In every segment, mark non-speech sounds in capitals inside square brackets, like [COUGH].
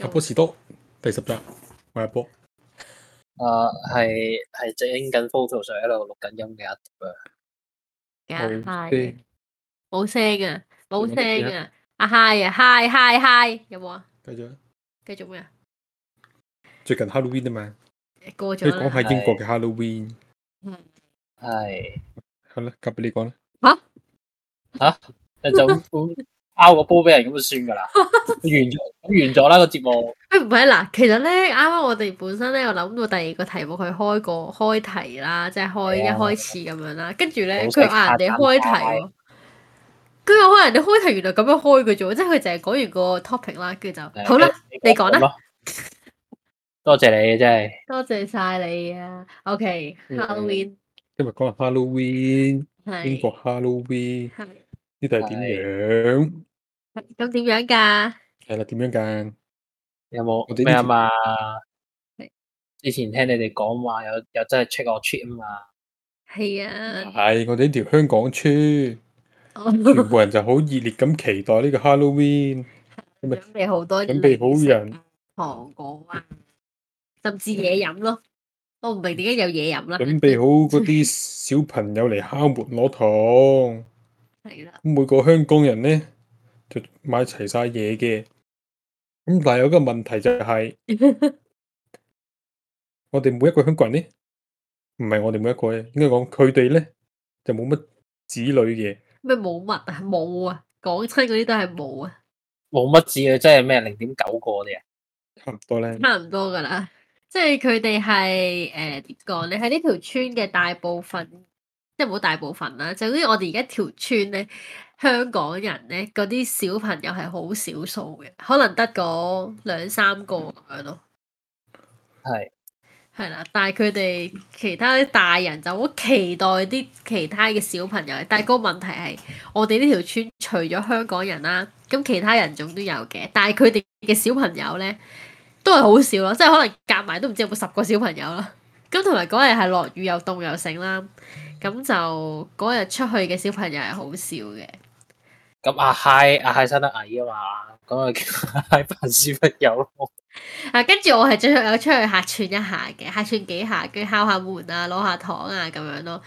阿波士多第十集，我係阿波。啊，係係整緊 photo 上一路錄緊音嘅阿碟啊，冇嘅，嗨聲冇聲啊，冇冇乜聲啊，啊嗨啊嗨嗨嗨，有冇啊？繼續啊，繼續咩啊？最近 Halloween 啊嘛，過你咗講啦，下英國嘅 Halloween，啊係好啦，交俾你講啦。就 [LAUGHS] 咁咁拗個波俾人咁就算噶啦，完咗咁完咗啦個節目，誒唔係嗱，其實咧啱啱我哋本身咧，我諗到第二個題目，佢開個開題啦，即係開一係啊開始咁樣啦，跟住咧好佢嗌人哋開題識喎，跟住我開人哋開題，原來咁樣開嘅啫喎，即係佢淨係講完個 topic 啦，跟住就 Dạ, 好啦。，你講啦啦，多謝你真係，多謝晒你啊嗯！OK，Halloween 今日講下 Halloween，係英國 Halloween 係呢度係點樣？係咁點樣㗎？係啦，點樣㗎？有我哋呢冇咩啊節嘛係？之前聽你哋講話有有真係 check 我 check 啊嘛，係 Dạ. [LAUGHS] 啊，係我哋呢條香港村，我全部人就好熱烈咁期待呢個 Halloween，咪啊準備好多準備好零食人啊、糖果啊，甚至嘢飲咯。我唔明點解有嘢飲啦。準備好嗰啲小朋友嚟敲門攞糖。嗯係啦，每個香港人咧就買齊晒嘢嘅。咁但係有一個問題就 [LAUGHS] 係、我哋每一個香港人咧，唔係我哋每一個咧，應該講佢哋咧就冇乜子女嘅，咩冇物啊，冇啊，講親嗰啲都係冇啊，冇乜字啊，真係咩零點九個啲啊，差唔多咧。差唔多噶啦。即係佢哋係誒點講咧？喺呢條村嘅大部分，即係冇大部分啦，就好似我哋而家條村咧，香港人咧嗰啲小朋友係好少數嘅，可能得嗰兩三個咁樣咯。係係啦，但係佢哋其他啲大人就好期待啲其他嘅小朋友，但係個問題係，我哋呢條村除咗香港人啦，咁其他人種都有嘅，但係佢哋嘅小朋友咧都係好少咯，即係可能夾埋都唔知有冇十個小朋友啦。咁同埋嗰日係落雨又凍又盛啦，咁就嗰日出去嘅小朋友係好少嘅。咁阿 Hi 阿 Hi 生得矮啊嘛，咁啊叫阿 Hi 扮小朋友咯。啊，跟住我係最有出去客串一下嘅，客串幾下，跟住敲下門啊，攞下糖啊咁樣咯。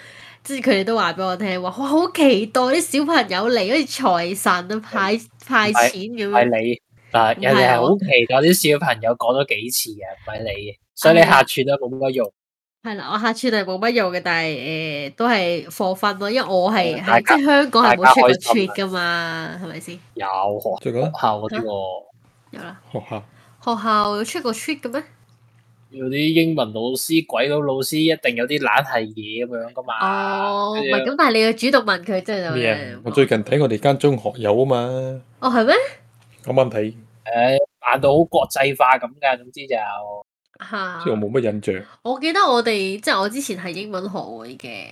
即係佢哋都話俾我聽，話哇好期待啲小朋友嚟，好似財神啊派派錢咁係樣。你，但係人哋係好期待啲小朋友講咗幾次啊，唔係你，所以你客串都冇乜用。係啦，我客串係冇乜用嘅，但係誒、呃都係課分咯，因為我係係即係嗯大家係香港係冇出過大家開心啊 treat 噶嘛，係咪先？有學再講啦，校嗰啲喎，有啦，學校學校有出過 treat 嘅咩？有啲英文老師、鬼佬老師一定有啲懶係嘢咁樣噶嘛。哦，唔啊跟住係咁，但係你要主動問佢，即係就咩啊有？我最近睇我哋間中學友啊嘛，哦係咩？啱啱睇，誒，扮到好國際化咁㗎，總之就嚇即係我冇乜印象。我記得我哋即係我之前係英文學會嘅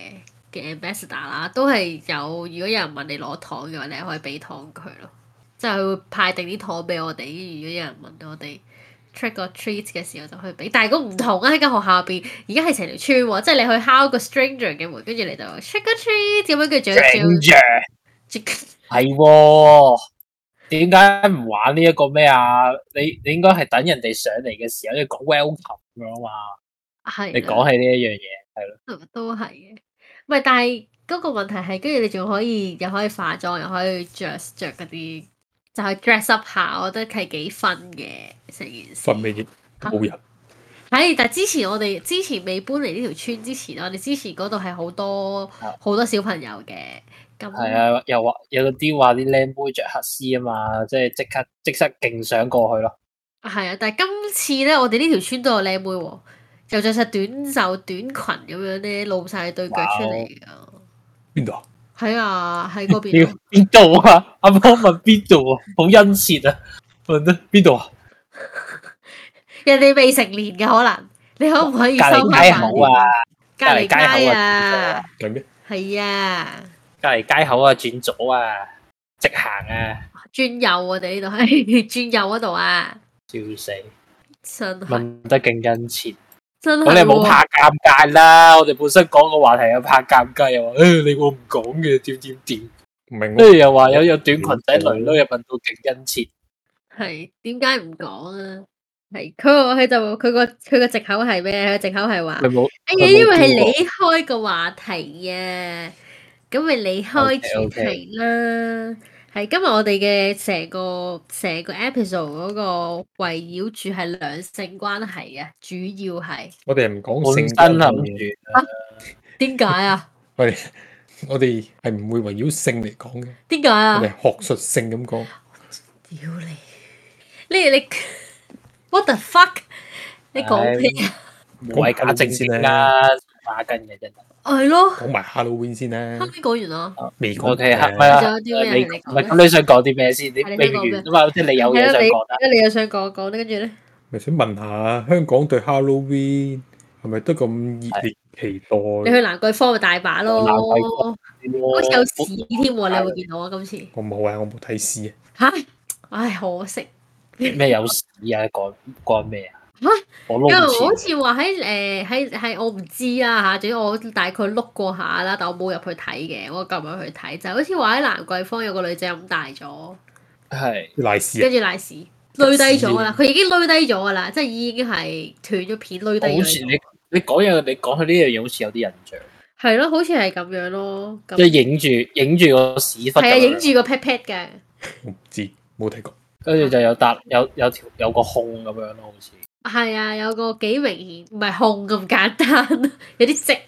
嘅 ambassador 啦，都係有如果有人問你攞糖嘅話，你係可以俾糖佢咯，即係佢會派定啲糖俾我哋。如果有人問我哋 trick or treat 嘅時候就可以俾，但係如果唔同啊喺間學校入邊，而家係成條村喎，即係你去敲個 stranger 嘅門，跟住你就 trick or treat 咁樣，跟住仲有正着係喎。點解唔玩呢一個咩啊？你你應該係等人哋上嚟嘅時候，你講 welcome 咁樣嘛。 [LAUGHS] 係你啊講起呢一樣嘢。都係嘅，唔係，但係嗰個問題係，跟住你仲可以又可以化妝，又可以着着嗰啲，就係 dress up 下，我覺得係幾 fun 嘅成件事。瞓未亦冇人，係，但係之前我哋之前未搬嚟呢條村之前，我哋之前嗰度係好多係好多小朋友嘅，咁啊係啊，又話有啲話啲靚妹着黑絲啊嘛，即係即刻即刻勁想過去咯。係啊，但係今次咧，我哋呢條村都有靚妹喎，又着晒短袖短裙咁樣咧，露晒對腳出嚟㗎。邊度啊？係啊，喺嗰邊哦屌咯。邊度啊？阿媽問邊度啊？好殷切啊！問得邊度啊？人哋未成年嘅可能，你可唔可以隔收離下街口啊！隔離街隔離街口啊啊，係咩？係啊，隔離街口啊，轉左啊，直行啊，轉右我哋呢度係 [LAUGHS] 轉右嗰度啊，笑死！真係問得勁殷切，真係咁你冇喎怕尷尬啦？我哋本身講個話題又怕尷尬，又話誒你會唔講嘅點點點，唔係嗯跟住又話有有短裙仔女女又問到勁殷切，係點解唔講啊？係佢話佢就佢個佢個藉口係咩？佢個藉口係話。你冇哎呀，因為係你開個話題啊，咁咪你開主 OK，OK 題啦。係今日我哋嘅成個成個 episode 嗰個圍繞住係兩性關係啊，主要係我哋係唔本講性身關係諗嘅，住點解啊？我哋我哋係唔會圍繞性嚟講嘅，點解我啊？哋係學術性咁講。屌你！你你 what the fuck？你講咩啊？無謂假正經啦，打筋嘅真係。係咯，講埋 Halloween 先後啦，尾講完啦。未講 O K，係嘅咪啦？仲有誒啲咩你人嚟唔啊講係咧咁，你想講啲咩先？你係你未想講咩完啊嘛，即係你有嘢係想啊，你講啦。咁你又想講講咧，跟住咧，咪想問下香港對 Halloween 係咪都咁熱烈期待？你去蘭桂坊咪大把咯，蘭桂好坊似有屎添喎，你會見到啊今次。 [LAUGHS] 我冇啊，我冇睇詩啊。吓，唉，可惜，咩有屎啊？講講咩啊嚇？我因為撈我好唔似話喺誒喺喺我唔知啦嚇，總之我大概碌過下啦，但我冇入去睇嘅，我撳入去睇就好似話喺蘭桂坊有個女仔飲大咗，切，係賴屎啊！跟住賴屎，累低咗㗎啦，佢已經累低咗㗎啦，即係已經係斷咗片，累低好似咗你。你講樣，你講佢呢樣嘢好似有啲印象，係咯，好似係咁樣咯，咁即係影住影住個屎忽咁樣，係啊，影住個 pat pat 嘅，我唔知，冇睇過。跟住就有笪有有條有個空咁樣咯，好似係啊，有個幾明顯，唔係控咁簡單， [LAUGHS] 有啲積。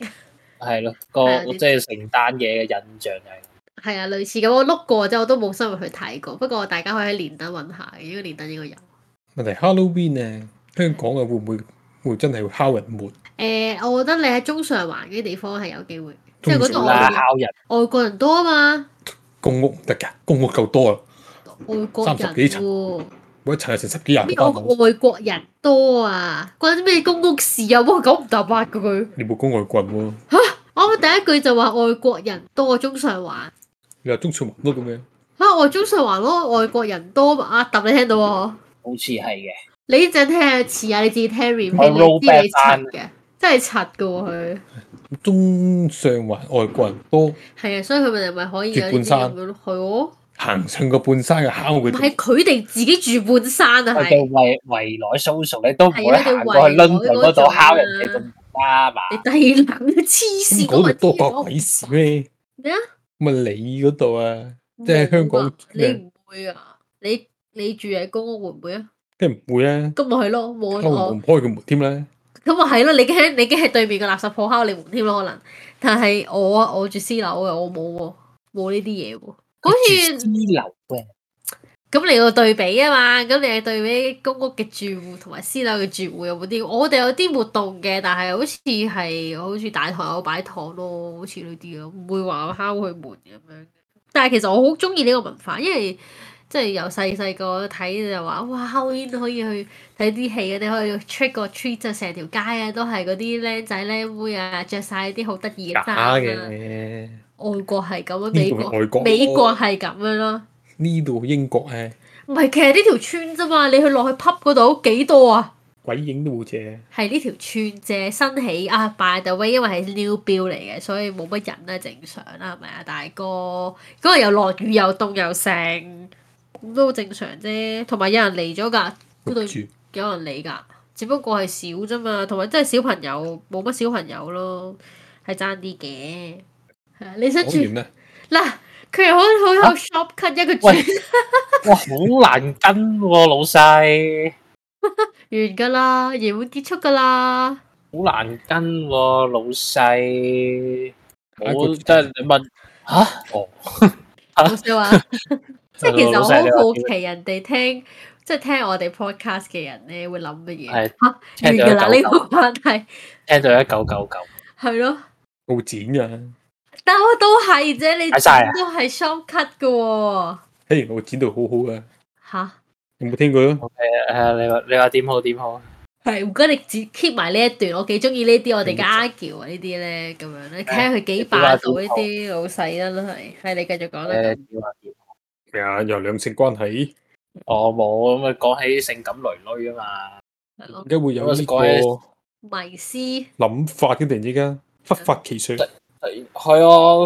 係咯，係啊個你即係成單嘢嘅印象就係係啊，類似咁，我碌過啫，我都冇深入去睇過。不過大家可以喺連登揾下，應該連登應該有。問題 Halloween 咧，香港啊會唔會會真係會敲人門？誒、我覺得你喺中上環嗰啲地方係有機會，即中係嗰上度環啦，外烤人外國人多啊嘛，公屋唔得㗎，公屋夠多啦，外國人30幾層喎，每一層有成十幾廿個邊單個位。外國人多啊？關啲咩公屋事啊？哇，九唔搭八嘅佢。啊你冇講外國人喎，我第一句就話外國人多啊，中上環你話中上環都咁樣，嚇、我中上環咯，外國人多嘛啊！揼你聽到喎，好似係嘅，你呢陣聽下詞啊，你自己聽 r e p 我 e 你知你 rollback 翻柒嘅，真係柒嘅喎佢。中上環外國人多，係啊，所以佢咪咪可以有呢住半啲山咁樣咯，係喎。行上個半山就敲唔佢係哋。佢哋自己住半山啊，佢係哋圍圍內 social 你都唔係會啊你哋行過去圍 London 內嗰嗰度敲人種哋啊咁啦嘛，你第冷黐線咁嗰度多個國鬼事咩？咩啊？咪你嗰度啊，即係香港你唔會啊？你你住喺公屋會唔會啊？即係唔會啊，咁咪係咯，冇敲門我唔開佢門添啦。咁咪係咯，你驚你驚係對面個垃圾鋪敲你門添咯，可能。但係我啊，我住私樓嘅，我冇喎，冇呢啲嘢喎。好你住似私樓嘅，咁你要對比啊嘛，咁你係對比公屋嘅住戶同埋私樓嘅住戶有冇啲？我哋有啲活動嘅，但係好似係好似大堂有擺堂咯，好似呢啲咯，唔會話敲佢門咁樣。但係其實我好中意呢個文化，因為即係由細細個睇就話哇 Halloween 可以去睇啲戲嘅，你可以 trick or treat 就成條街啊都係嗰啲僆仔僆妹啊，着晒啲好得意假嘅衫 [LAUGHS] 啊。嘅，外國係咁啊，呢美度係國外國，美國係咁樣咯。呢度英國啊，唔係，其實呢條村啫嘛，你去落去 pub 嗰度幾多啊？鬼影都冇隻。係呢條村啫，新起啊，by the way，因為係 new build 嚟嘅，所以冇乜人啦，正常啦，係咪啊，大哥？嗰日又落雨又凍又剩，咁都好正常啫。同埋有人嚟咗㗎，嗰度住有人嚟㗎，只不過係少啫嘛，同埋真係小朋友冇乜小朋友咯，係爭啲嘅。係啊你想住講完啦。嗱，佢又好好有 shop cut 一個轉喂哇好難跟喎老細，完㗎啦，完會結束㗎啦。好難跟喎老細，下一個我真係你問吓哦，好笑啊！即係其實我好老細你話好點啊奇人哋聽，即係聽我哋 podcast 嘅人咧會諗乜嘢？係嚇完聽到㗎啦呢一九個話題聽到一九九九，係咯，報剪㗎，但我都係啫，你解晒啊都係 short cut 嘅喎睇完我剪到好好㗎，嚇，有冇聽過啊？誒誒你話你話點好點好，係唔該你只 keep 埋呢一段，我幾中意呢啲我哋嗯嘅 argue 啊呢啲咧咁樣咧，睇下佢幾霸道呢啲老細啦，真係係你繼續講誒啦。點啊點啊，咩啊？又兩性關係，我冇咁啊講起性感女女啊嘛。係咯點解會有呢個我哋迷思係諗法嘅？突然之間忽發奇想，嗯係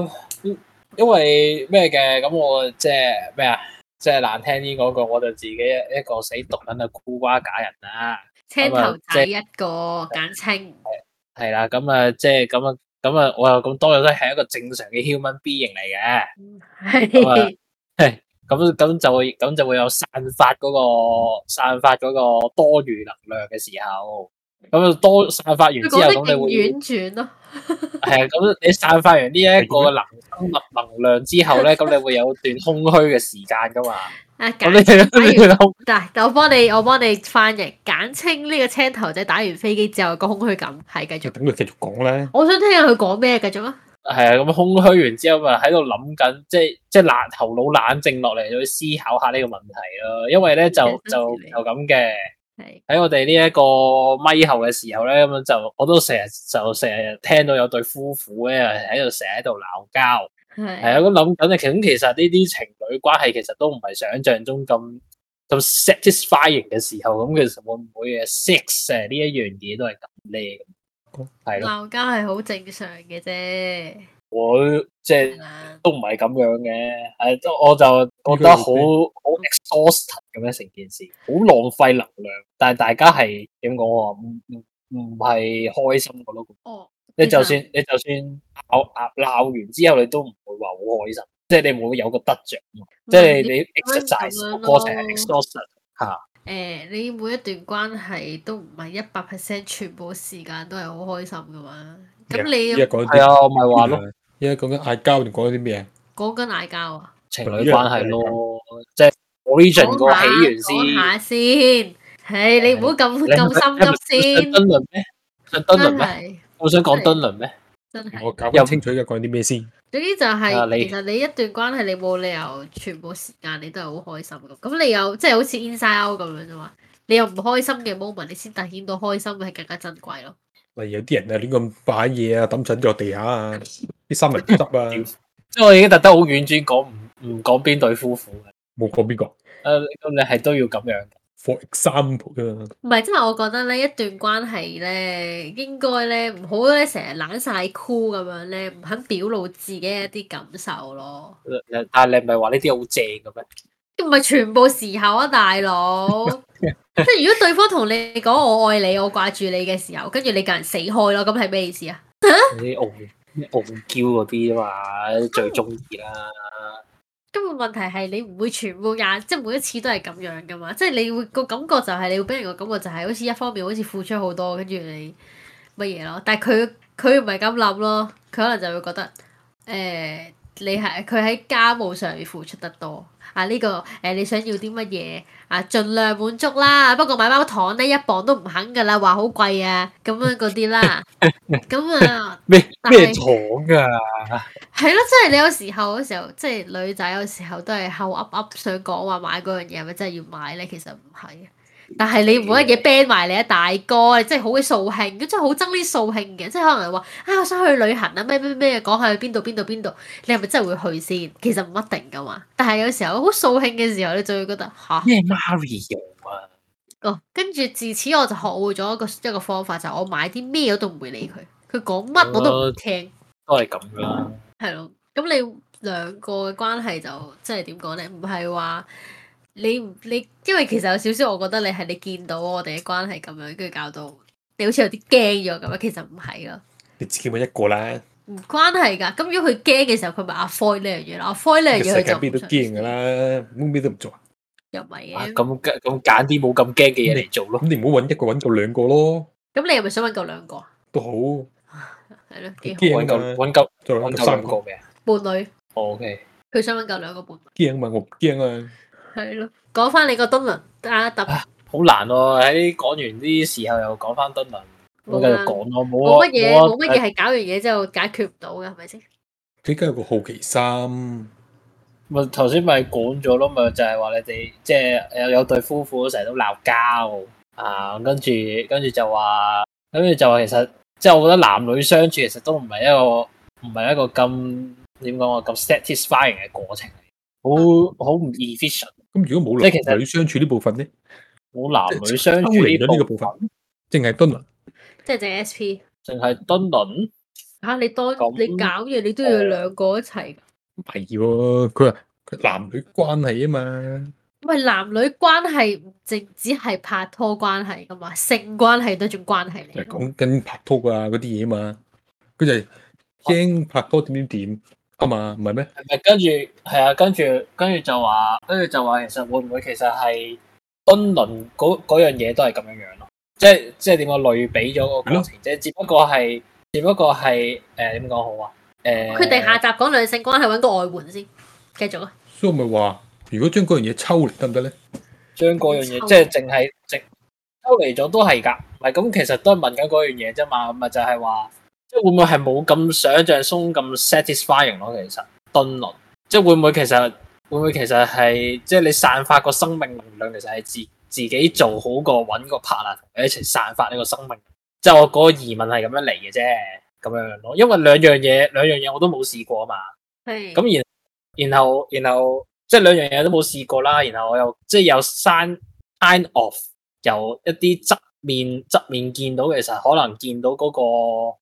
啊，因因為咩嘅咁我即係咩啊？即係難聽啲嗰個，我就自己一個死毒撚嘅孤瓜假人啦。青頭咁仔啊一個簡稱，係啦，咁啊，即係咁啊，咁啊，我又咁多咗都係一個正常嘅 human being 嚟嘅。咁啊 [LAUGHS] 係咁咁就會咁就會有散發嗰、個散發嗰個多餘能量嘅時候，咁啊多散發完佢之後，講得咁勁你會婉轉咯，係啊，咁你散發完呢一個能生物能量之後咧，咁你會有段空虛嘅時間噶嘛？啊咁簡你你會空嗱，我幫你我幫你翻譯，簡稱呢個青頭仔打完飛機之後個空虛感係繼就續。等佢繼續講啦。我想聽下佢講咩，繼續啊！係啊，咁空虛完之後咪喺度諗緊，即係即係冷頭腦冷靜落嚟，就去思考下呢個問題咯。因為咧就人生就哲理就咁嘅。係喺我哋呢一個咪後嘅時候咧，咁樣就我都成日就成日聽到有對夫婦咧喺度成日喺度鬧交，係係啊咁諗緊咧，其咁其實呢啲情侶關係其實都唔係想象中咁咁 satisfying 嘅時候，咁其實會唔會嘅 sex 誒呢一樣嘢都係咁咧？係咯，鬧交係好正常嘅啫，我即係係啦都唔係咁樣嘅，係都我就覺得好好 exhausted 咁樣成件事，好浪費能量，但係大家係點講啊？唔唔唔係開心我都覺得。哦，你其就實算你就算拗拗鬧完之後，你都唔會話好開心，即係你唔會有個得着嘛。即係你你咁樣 exercise 咯個過程係 exhaustion，诶、你每一段關係都唔係一百 percent 全部時間都係好開心噶嘛？咁依 Dạ, 家你講係啲，啊，我咪話咯，依家講緊嗌交定講緊啲咩啊？講緊嗌交啊？情侶關係咯，即係 origin 個起源講先。下先，唉，你唔好咁你係咪咁心急你係咪想先，敦倫咩？想敦倫真咩？係我想講敦倫咩？真 Dạ, 係。我搞又唔清楚而家講啲咩先。總之就係、啊你其實你一段關係，你冇理由全部時間你都係好開心咁。咁你有即係好似 inside out 咁樣啫嘛。你有唔開心嘅 moment，你先凸顯到開心係更加珍貴咯。例如有啲人啊，亂咁擺嘢啊，抌親落地下啊，嗯啲衫嚟執啊， [LAUGHS] 即係我已經特登好婉轉講唔唔講邊對夫婦嘅。冇講邊個。誒咁你係都要咁樣嘅。 For example 啊，唔係，真係我覺得咧，一段關係咧，應該咧唔好咧成日懶晒酷咁樣咧，唔肯表露自己一啲感受咯。誒但係你唔係話呢啲好正嘅咩？唔係全部時候啊，大佬！即係如果對方同你講我愛你，我掛住你嘅時候，跟住你個人死開咯，咁係咩意思啊？啲傲傲嬌嗰啲啊嘛，最中意啦。根本問題係你唔會全部廿，即係每一次都係咁樣噶嘛，即係你會個感覺就係、你會俾人個感覺就係好似一方面好似付出好多，跟住你乜嘢咯，但係佢佢唔係咁諗咯，佢可能就會覺得誒、你係佢喺家務上面付出得多啊呢、個誒、你想要啲乜嘢啊，盡量滿足啦，不過買包糖呢，一磅都唔肯噶啦，話好貴啊咁樣嗰啲啦，咁啊。 [LAUGHS] 咩但係咩廠㗎？係咯，即係你有時候嗰時候，即係女仔有時候都係口噏噏想講話買嗰樣嘢，係咪真係要買咧？其實唔係，但係你唔好一嘢 ban 埋你啊，大哥！你真係好鬼掃興，咁真係好憎呢掃興嘅，即係可能話啊，我想去旅行啊，咩咩咩，講下去邊度邊度邊度，你係咪真係會去先？其實唔一定噶嘛，但係有時候好掃興嘅時候，你就會覺得吓。咩 Mario 啊？哦，跟住自此我就學會咗一個一個方法，就係我買啲咩我都唔會理佢，佢講乜我哦都唔聽。都係咁㗎啦。係咯，咁你兩個嘅關係就即係點講咧？唔係話你唔你，因為其實有少少，我覺得你係你見到我哋嘅關係咁樣，跟住搞到你好似有啲驚咗咁樣，其實唔係咯，你自己揾一個啦，唔關係㗎。咁如果佢驚嘅時候，佢咪 avoid 呢樣嘢啦，avoid 呢呢樣個嘢世界佢邊都就唔想驚㗎，啦，咁咩都唔做啊。又唔係啊嘅。咁咁揀啲冇咁驚嘅嘢嚟做咯。咁你唔好揾一個揾夠兩個咯，咁你係咪想揾夠兩個啊？都好。係咯，佢幾好驚揾夠啊嘛，揾夠再揾揾夠夠兩三個個嘅。伴侶， O K，佢想揾夠兩個伴侶。驚啊嘛，我唔驚啊。係咯，講翻你個敦倫啊，特好難喎！喺講完啲時候又講翻敦倫，冇咁繼續啦，講咯。冇冇啊乜嘢，啊冇乜嘢係搞完嘢之後解決唔到嘅，係咪先？佢而家有個好奇心，咪頭先咪講咗咯，咪就係話你哋即係有有對夫婦成日都鬧交啊，跟住跟住就話，跟住就話其實即係我覺得男女相處其實都唔係一個唔係一個咁點講啊咁 satisfying 嘅過程，好好唔 efficient。咁如果冇即係其實男女相處呢部分咧，冇男女相處抽離咗呢呢個部部分分，淨係敦倫。即係淨 SP。淨係敦倫，吓、你多咁你搞嘢，你都要誒兩個一齊㗎。唔係喎，佢話男女關係啊嘛，喂，男女關係唔淨只係拍拖關係噶嘛，性關係都一種關係就係嚟㗎嘛。講緊拍拖啊嗰啲嘢嘛，佢就啊係驚拍拖點點點啊嘛，唔係咩？係咪跟住係啊？跟住跟住就話，跟住就話，其實會唔會其實係敦倫嗰嗰樣嘢都係咁樣樣咯？即係即係點講類比咗個過程，即係只不過係只不過係誒點講好啊？誒決定下集講兩性關係，揾個外援先。繼續啊，所以我咪話，如果將嗰樣嘢抽離得唔得咧？將嗰樣嘢即係淨係淨抽離咗都係㗎，唔係咁其實都係問緊嗰樣嘢啫嘛，咪就係話即係會唔會係冇咁想像中咁 satisfying 咯？其實敦倫即係會唔會其實會唔會其實係即係你散發個生命能量，其實係自自己做好過揾個 partner 同你一齊散發呢個生命，即係我嗰個疑問係咁樣嚟嘅啫，咁樣咯，因為兩樣嘢兩樣嘢我都冇試過啊嘛。係咁然然後然後即係兩樣嘢都冇試過啦，然後我又即係有 sign sign off 由一啲側面側面見到，其實可能見到嗰個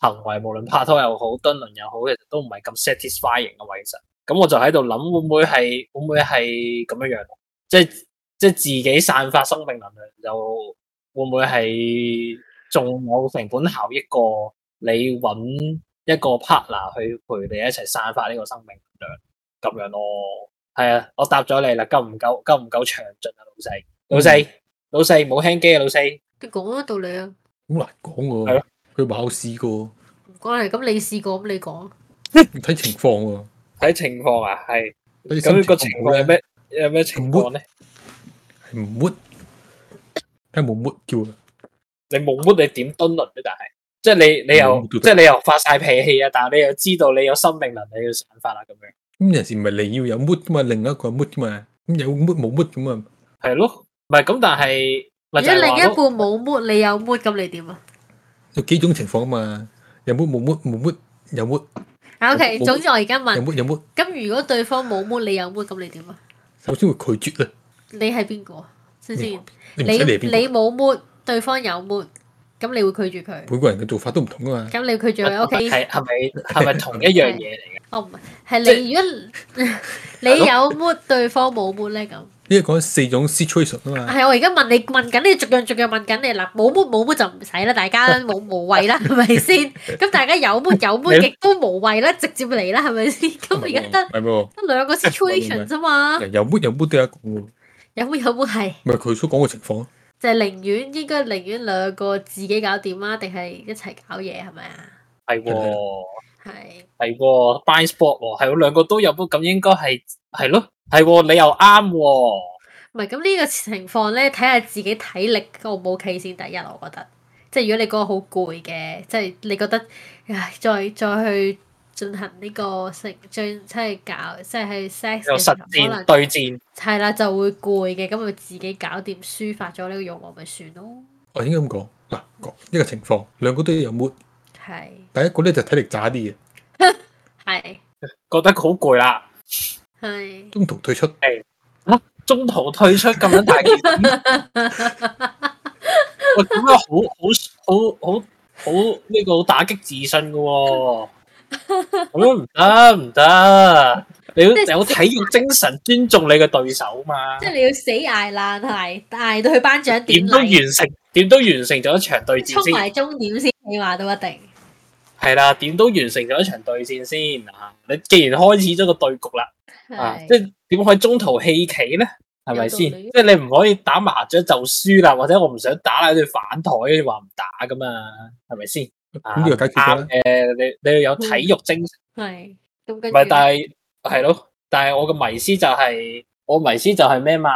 行為，無論拍拖又好，敦倫又好，其實都唔係咁 satisfying 嘅位其實。咁我就喺度諗，會唔會係會唔會係咁樣樣？即係即係自己散發生命能量，就會唔會係仲有成本效益過你揾一個 partner 去陪你一齊散發呢個生命能量咁樣咯？係啊，我答咗你啦，夠唔夠夠唔夠詳盡啊，老細？老細，嗯老細冇輕機啊，老細。你講啊，道理啊，好難講喎係咯，佢考試噶，唔關係。咁你試過咁你講，睇情況喎。睇情況啊，係。睇咁個個情情況況有咩有咩情況咧？係唔 mood，睇冇 mood 叫啊，你冇 mood 你點敦倫咧？但係即係你你又冇 mood 都得即係你又發晒脾氣啊！但係你又知道你有生命能力要散發啊啦，咁樣咁有時唔係你要有 mood 噶嘛，另一個有 mood 噶嘛，咁有 mood 冇 mood 咁啊，係咯，唔係咁，但係咪如果就係另話一半咯冇 mood，你有 mood，咁你點啊有幾種情況啊嘛，有 mood 冇 mood 冇 mood 有 mood ？O K，冇總之我而家有啊問， mood 有 mood，咁如果對方冇 mood，你有 mood，咁你點啊？首先會拒絕啦，啊你係邊個先先？你唔你使理係邊你冇 mood，對方有 mood，咁你會拒絕佢？個，每個人嘅做法都唔同啊嘛，咁你會拒絕佢？O K。係係咪係 [LAUGHS] 咪同一樣嘢嚟嘅？哦，唔係，係你如果你有 mood，對方冇 mood 咧咁。呢個講四種 situation 啊嘛，係我而家問你問緊你，逐樣逐樣問緊你嗱，冇 mood 冇 mood 就唔使啦，大家冇無謂啦，係咪先？咁大家有 mood 有 mood 你亦都無謂啦，直接嚟啦，係咪先？咁而家得啊哦啊係喎，得兩個 situation 啫 [LAUGHS] 嘛，有 mood 有 mood 都有一個喎，有 mood 有 mood 係咪佢所講嘅情況咯，啊就係寧願應該寧願兩個自己搞掂啦，定係一齊搞嘢係咪啊？係喎係係喎，blind spot 喎，係喎，兩個都有 mood，咁應該係係咯，係喎，你又啱喎。唔係咁呢個情況咧？睇下自己體力 O 唔 OK 先。第一，我覺得即係如果你嗰個好攰嘅，即係你覺得唉，再再去進行呢個性，再即係搞即係去 sex 有嘅時實候，可戰能對戰，係啦就會攰嘅，咁咪自己搞掂抒發咗呢個慾望咪算咯。我應該咁講，嗱講一個情況，兩個都有 mood，係第一個咧就體力渣啲嘅，係覺得好攰啦，係中途退出。中途退出咁樣大件事， [LAUGHS] 喂，咁樣好好好好好呢個好打擊自信噶喎、咁樣唔得唔得，你要即係有體育精神，尊重你嘅對手嘛即，係你要死捱爛捱捱到去頒獎典點都完禮，成，點都完成咗一場對戰衝先。埋終點先，你話都一定。係啦，點都完成咗一場對戰先啊！你既然開始咗個對局啦，啊，係即係點可以中途棄棋咧？係咪先？有道理即係你唔可以打麻雀就輸啦，或者我唔想打啦，你反台你話唔打噶嘛？係咪先？啊咁呢個解決咗啦啱。嘅，你你要有體育精神，係咁唔嗯跟住係，但係係咯，但係我嘅迷思就係我迷思就係咩嘛？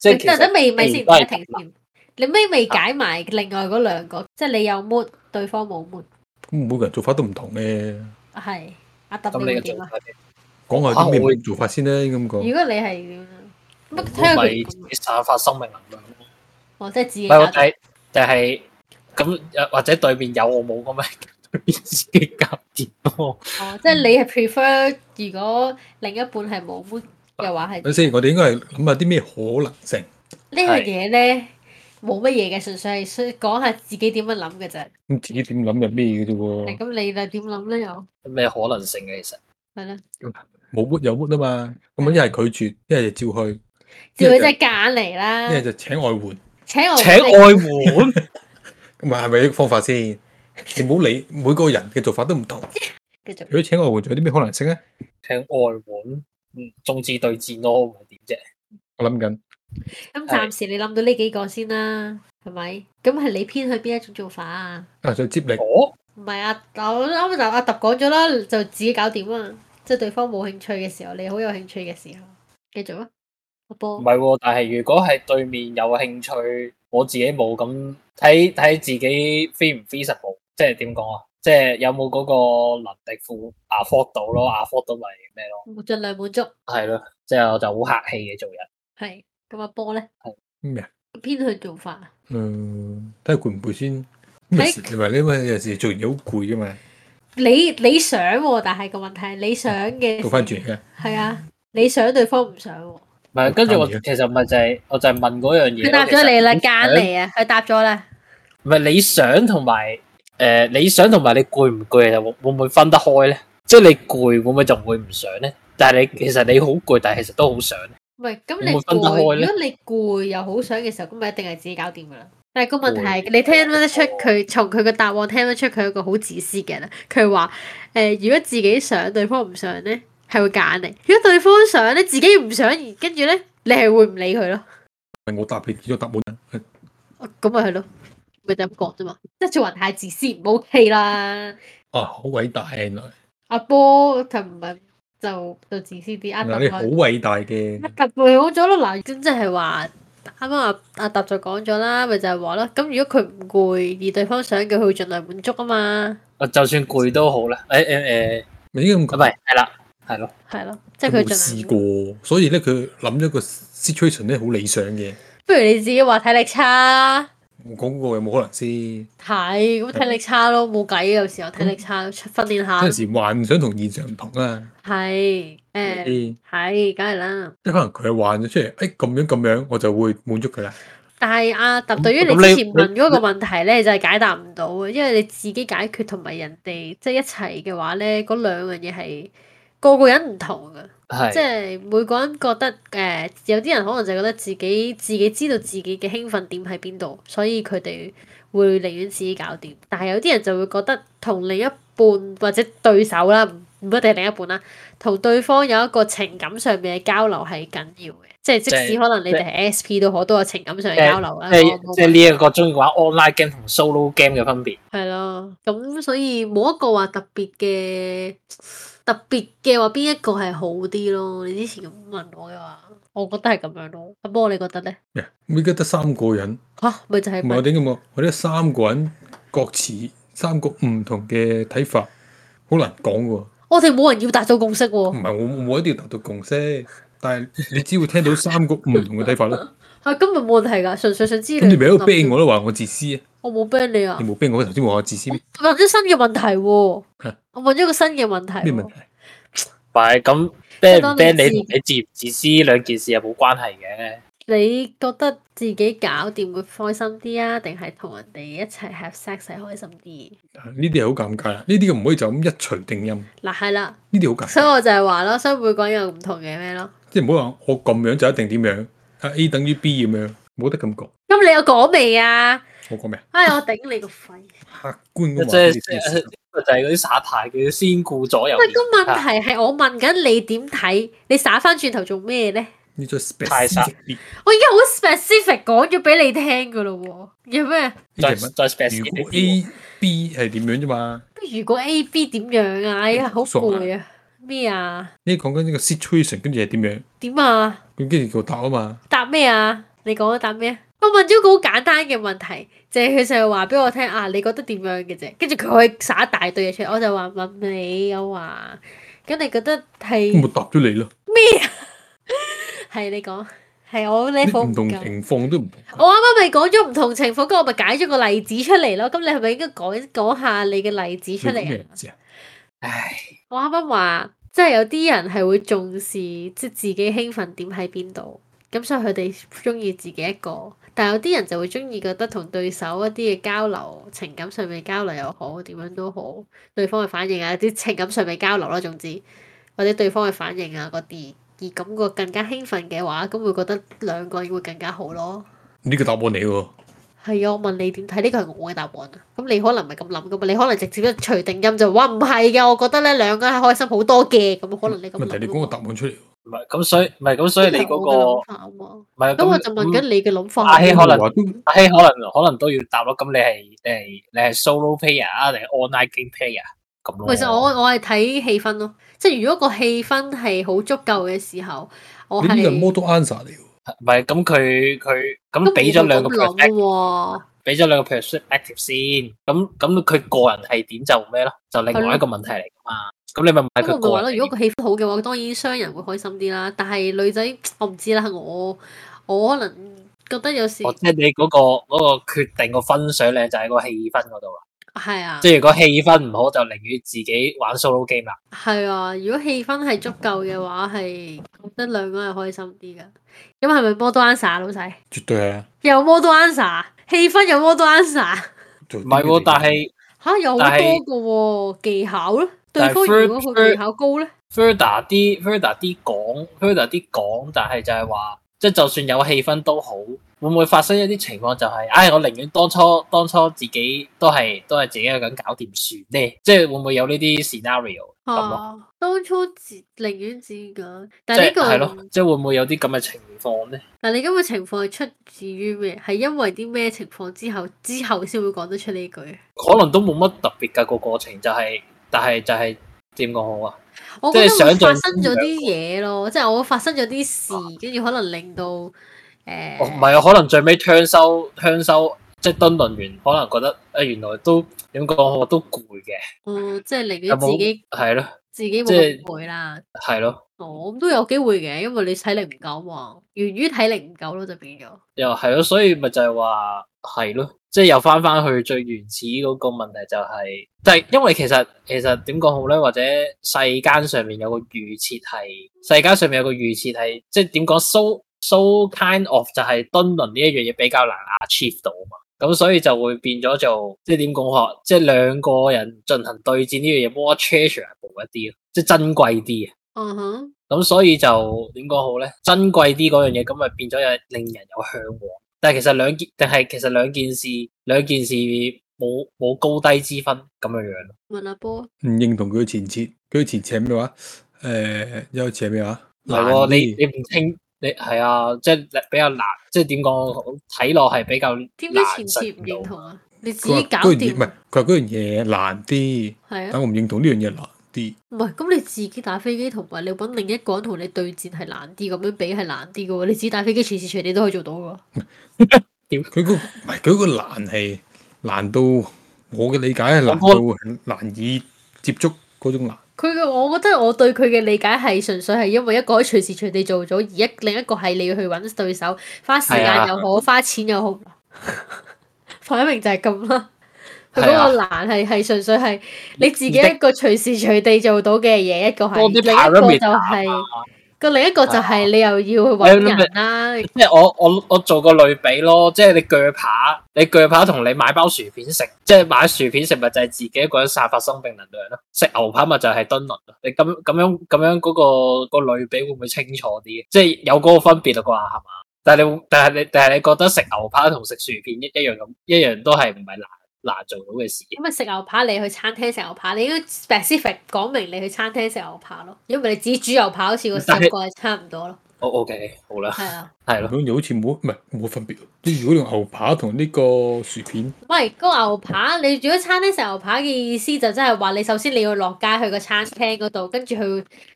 即係其等等實未未先，都係停一停先。你咩未解埋另外嗰兩個，即係你有 mood，對方冇 mood，咁每個人做法都唔同嘅，係阿特咁你會你嘅做點啊？法講下啲咩唔同做法先咧，咁如講。果你係點啊？乜睇下係，咪佢自己散發生命能量咯？哦，即係自己唔搞係我掂。睇，但係咁又或者對面有我冇咁咪 [LAUGHS] 對面自己搞掂咯。哦，即係你係 prefer 如果另一半係冇 mood 嘅話係等先，我哋應該係諗下啲咩可能性。呢樣嘢咧冇乜嘢嘅，純粹係想講下自己點樣諗嘅啫。咁自己點諗就咩嘅啫係 Ờ. 喎。咁你又點諗咧？又啊有咩可能性嘅其實？係啦，冇 wood 有 wood 啊嘛，咁啊一係拒絕，一係就照去，叫佢真係揀嚟啦一，係就請外援。請我請外援，啊咁咪係咪呢個方法先？你唔好理每個人嘅做法都唔同。繼續除咗請外援，仲有啲咩可能性咧？請外援，嗯，中止對戰咯，唔係點啫？我諗緊，咁暫時你諗到呢幾個先啦，係咪？咁係你偏去邊一種做法啊？啊想接力，我唔係啊，我啱啱就阿揼講咗啦，就自己搞掂啊！即係對方冇興趣嘅時候，你好有興趣嘅時候，繼續啊，阿唔嗯波。係喎，但係如果係對面有興趣，我自己冇咁睇睇自己 feasible 唔 feasible，即係點講啊？即係有冇嗰個能力付 afford 到咯，afford 到咪咩咯？盡量滿足，係咯，即係我就好客氣嘅做人。係咁阿波咧咩啊？偏向做法，嗯，睇下攰唔攰先。咁有時你話你咪有時做完嘢好攰噶嘛，你你想喎、但係個問題係你想嘅倒翻轉嘅。係啊，你想對方唔想喎、唔係，跟住我咁其樣實咪就係、我就係問嗰樣嘢咯。佢答咗你啦，其實揀你啊，佢答咗啦，唔係你想同埋誒，你想同埋你攰唔攰，其實會會唔會分得開咧？即係你攰會唔會就會唔想咧？但係你其實你好攰，但係其實都好想。唔係咁會你唔會分得攰，開呢如果你攰又好想嘅時候，咁咪一定係自己搞掂噶啦。但係個問題係，你聽得出佢從佢個答案聽得出佢係一個好自私嘅人啊。佢話誒，如果自己想，對方唔想咧，係會揀你；如果對方想咧，自己唔想，而跟住咧，你係會唔理佢咯。哦咪我答你見咗答案啦，咁咪係咯，咪就係咁講啫嘛。即係做人太自私唔 OK 啦。啊好偉大啊原來，阿波琴日就就自私啲，阿原來你揼好佢。偉大嘅。阿特咪講咗咯，嗱，咁即係話啱啱阿阿特就講咗啦，咪就係話咯，咁如果佢唔攰，而對方想嘅，佢會盡量滿足啊嘛，啊，就算攰都好啦。誒誒咪應誒，該唔咁講，係係啦，係咯。係咯，即係佢佢冇盡試量。過，所以咧佢諗咗個 situation 咧好理想嘅。不如你自己話體力差，我講嗰個有冇可能先？係咁體力差咯，冇計，啊有時候體力差，訓練下嗯有陣時幻想同現實唔同啊，係誒啲係，梗係啦。即係可能佢係幻咗出嚟，誒咁樣咁樣我就會滿足佢啦。但係阿特對於你咁你之前問嗰個問題咧，就係解答唔到嘅，因為你自己解決同埋人哋即係一齊嘅話咧，嗰兩樣嘢係個個人唔同啊嘅。即係係每個人覺得誒、呃有啲人可能就覺得自己自己知道自己嘅興奮點喺邊度，所以佢哋會寧願自己搞掂。但係有啲人就會覺得同另一半或者對手啦，唔唔一定係另一半啦，同對方有一個情感上面嘅交流係緊要嘅。即係即即使係可能你哋係 SP 都好，都有情感上嘅即係交流啦。即我係我即係呢一個中意玩 online game 同 solo game 嘅分別。係咯，咁所以冇一個話特別嘅特別嘅話，邊一個係好啲咯？你之前咁問我嘅話，我覺得係咁樣咯。阿波你覺得咧？咁而家得三個人，吓、咪就係唔係我咪哋咁講，我哋得三個人各持三個唔同嘅睇法，好難講喎。我哋冇人要達到共識唔喎、係我我一定要達到共識，但係你只會聽到三個唔同嘅睇法咯。啊，今日冇問題㗎，純粹想知咁你咪喺度 ban 我，我咯，話我自私啊！我冇 ban 你啊你，冇 ban 我，頭先話我自私咩？我問咗新嘅問題喎、嚇我問咗個新嘅問題咩喎、問題？唔係咁 ban 當唔 ban 你你同你自唔自私兩件事係冇關係嘅。你覺得自己搞掂會開心啲啊，定係同人哋一齊 have sex 係開心啲？呢啲係好尷尬啦，呢啲唔可以就咁一錘定音，呢嗱係啦，啲好尷所以尬。我就係話咯，所以每個人有唔同嘅咩咯。即係唔好話我咁樣就一定點樣，啊 A 等於 B 咁樣，冇得咁講。咁你有講未啊？我講咩啊？哎，我頂你個肺！客觀即咁話俾係你即係知。就係嗰啲耍牌嘅先顧左右喂，而個問題係我問緊你點睇，你耍翻轉頭做咩咧？呢張 s p e 太實 c 呢我已經好 specific 講咗俾你聽噶咯喎，有咩？隻再物再如 specific 果啲 A、B 係點樣啫嘛？如果 A、B 點樣啊？哎呀，好攰啊！咩啊？呢講緊呢個 situation，跟住係點樣？點啊？咁跟住叫我答啊嘛。答咩啊？你講啊答咩啊？我問咗個好簡單嘅問題，就係佢就係話俾我聽啊，你覺得點樣嘅啫？跟住佢可以耍一大堆嘢出嚟，我就話問你，我話咁你覺得咁係咪答咗你咯。係你講係我你 level 唔唔同夠。情況都唔同。嗯我啱啱咪講咗唔同情況，咁我咪解咗個例子出嚟咯。咁你係咪應該講講下你嘅例子出你講嚟咩啊？字啊？唉，我啱啱話，即係有啲人係會重視即係自己興奮點喺邊度，咁所以佢哋中意自己一個。但係有啲人就會中意覺得同對手一啲嘅交流，情感上面嘅交流又好，點樣都好，對方嘅反應啊，啲情感上面嘅交流啦，總之。或者對方嘅反應啊嗰啲，而感覺更加興奮嘅話，咁會覺得兩個人會更加好咯。呢個答案嚟喎，係啊，我問你點睇？呢個係我嘅答案啊。咁你可能唔係咁諗噶嘛？你可能直接一錘定音就話唔係嘅，我覺得咧兩個人係開心好多嘅。咁可能你咁啊問題你講個答諗。案出嚟，唔係咁，所以唔係咁，所以你呢個嗰係個我唔嘅諗法啊嘛。係咁我咁就問緊你嘅諗法阿係希啊可能話都阿希可能可能都要答咯。咁你係你係你係 solo player 啊，定係 online game player 啊咁咯？其實我我係睇氣氛咯，即係如果個氣氛係好足夠嘅時候，我你呢個係係 model answer 嚟喎，唔係咁，佢佢都咁俾咗兩個冇咁諗 perspective，喎。俾咗兩個 perspective 先。咁咁佢個人係點就咩咯？就另外一個問題嚟噶嘛。咁你咪問下咁佢我咪話個咯，人係如點。果個氣氛好嘅話，當然雙人會開心啲啦。但係女仔我唔知啦，我我可能覺得有時哦，即係你嗰、個嗰、個決定個分水嶺就喺個氣氛嗰度啦。係啊即，係如果氣氛唔好，就寧願自己玩 solo game 啦。係啊。如果氣氛係足夠嘅話，係覺得兩個人係開心啲噶。咁係咪 model answer 老細？絕對係啊。有 model answer，氣啊氛有 model answer。唔唔係嗯喎，但係吓有好啊多但係嘅喎技巧咧，對但係方如果 flirt- 佢技巧高咧， further 啲 further 啲講 further 啲講，但係就係話，即係就算有氣氛都好，會唔會發生一啲情況就係、唉、我寧願當初當初自己都係都係自己一個人搞掂算咧，即係會唔會有呢啲 scenario 咁咯？啊，當初自寧願自己揀，哦即但係呢係咯個，即係會唔會有啲咁嘅情況咧？但係你咁嘅情況係出自於咩？係因為啲咩情況之後之後先會講得出呢句？可能都冇乜特別㗎個過程，就係、但係就係點講好啊？我即覺得係會想像發生咗啲嘢咯，即係我發生咗啲事，跟住可能令到誒，哦唔係啊，可能最尾槍收槍收，即係敦倫完，可能覺得誒原來都點講我都攰嘅，哦即係寧有願自冇己係咯自己冇即係咁攰啦。係咯，哦，咁都有機會嘅，因為你體力唔夠嘛，源於體力唔夠咯，就變咗。又係咯，所以咪就係話係咯，即係又翻翻去最原始嗰個問題就係、就係因為其實其實點講好咧，或者世間上面有個預設係世間上面有個預設係即係點講 so so kind of 就係敦倫呢一樣嘢比較難 achieve 到嘛。咁所以就會變咗做，即係點講好啊？即係兩個人進行對戰呢樣嘢，more treasurable 一啲咯，即係珍貴啲啊！嗯哼，咁所以就點講好咧？珍貴啲嗰樣嘢，咁咪變咗有令人有向往。但係其實兩件，定係其實兩件事，兩件事冇冇高低之分咁樣樣咯。問阿波。唔認同佢嘅前設，佢嘅前設係咩話？誒，有個詞係咩話？係喎，難你啲你唔清，你係啊，即係比較難，即係點講好？睇落係比較難點解前次唔認實現到同啊？你自佢話己搞嗰樣嘢掂唔係，佢話嗰樣嘢難啲，係但啊，我唔認同呢樣嘢難啲。唔係咁你自己打飛機同埋你揾另一個人同你對戰係難啲，咁樣比係難啲嘅喎。你自己打飛機隨時隨地都可以做到嘅喎。佢個唔係佢個難係難到我嘅理解係難到係難以接觸嗰種難。佢嘅我覺得我對佢嘅理解係純粹係因為一個可以隨時隨地做咗，而一另一個係你要去揾對手，花時係啊間又好，花錢又好。 [LAUGHS] 范一明就係咁啦。佢係啊嗰個難係係純粹係你自己一個隨時隨地做到嘅嘢，一個係多另一啲個 parameter 就係、個另一個就係你又要去係啊揾你咪人啦，即係我我我做個類比咯，即係你鋸扒，你鋸扒同你買包薯片食，即係買薯片食咪就係自己一個人散發生命能量咯，食牛扒咪就係敦倫咯。你咁咁樣咁樣嗰、個、個類比會唔會清楚啲？即係有嗰個分別啦啩，係嘛？但係你但係你但係你覺得食牛扒同食薯片一一樣咁，一樣都係唔係難難做到嘅事？咁咪食牛扒，你去餐廳食牛扒，你應該 specific 講明你去餐廳食牛扒咯。如果唔係你自己煮牛扒，好似個但係感覺係差唔多咯。哦 OK，好啦，係啊，係咁咯，樣又好似冇唔係冇分別。即係如果用牛扒同呢個薯片，喂，嗰個牛扒，你如果餐廳食牛扒嘅意思就真係話你首先你要落街去個餐廳嗰度，跟住去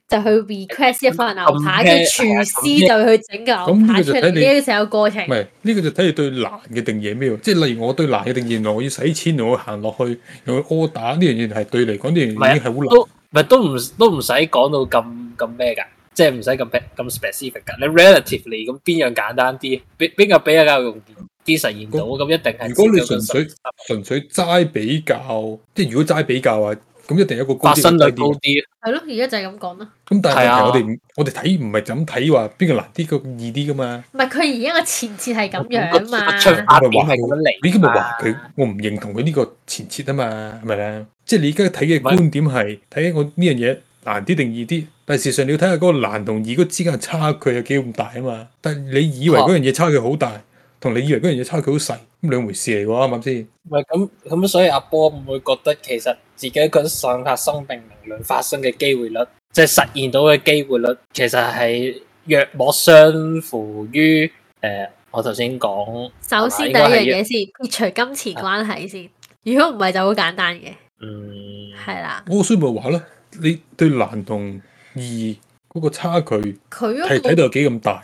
就去 request 一份牛扒，跟撳咩住廚師係就去整個牛扒出咁呢個就睇嚟，你呢個成個過程唔。係呢個就睇你對難嘅定義係咩喎。即係例如我對難嘅定義，原來我要使錢，我要行落去，又要 order 呢樣嘢係對你嚟講，呢樣嘢已經係好難。都咪都唔都唔使講到咁咁咩㗎，即係唔使咁 pe- 咁 specific 㗎。你 relatively 咁邊樣簡單啲，邊邊個比較容易啲實現到，咁一定係如果你只純有個粹純粹齋比較，即係如果齋比較啊，咁一定有一個高發啲生率嘅低高啲。啲，係咯，而家就係咁講咯。咁但係係啊問題我哋唔我哋睇唔係就咁睇話邊個難啲，個易啲噶嘛？唔係佢而家個前設係咁個樣啊嘛。出發點係咁樣嚟㗎嘛。你今日話佢，我唔認同佢呢個前設啊嘛，係咪咧？即係你而家睇嘅唔係觀點係睇我呢樣嘢難啲定易啲，但係事實上你要睇下嗰個難同易嗰之間嘅差距有幾咁大啊嘛。但係你以為嗰樣嘢差距好大，同你以為嗰樣嘢差距好細，咁兩回事嚟喎，啱唔啱先？唔係咁咁，所以阿波會唔會覺得其實自己一個人上下生命能量發生嘅機會率，即係實現到嘅機會率，其實係約莫相符於誒、呃我頭先講首先第一樣嘢先，撇除金錢關係先。如果唔係就好簡單嘅，嗯係啦。我所以咪話啦，你對難同易嗰個差距係佢嗰、個睇到有幾咁大。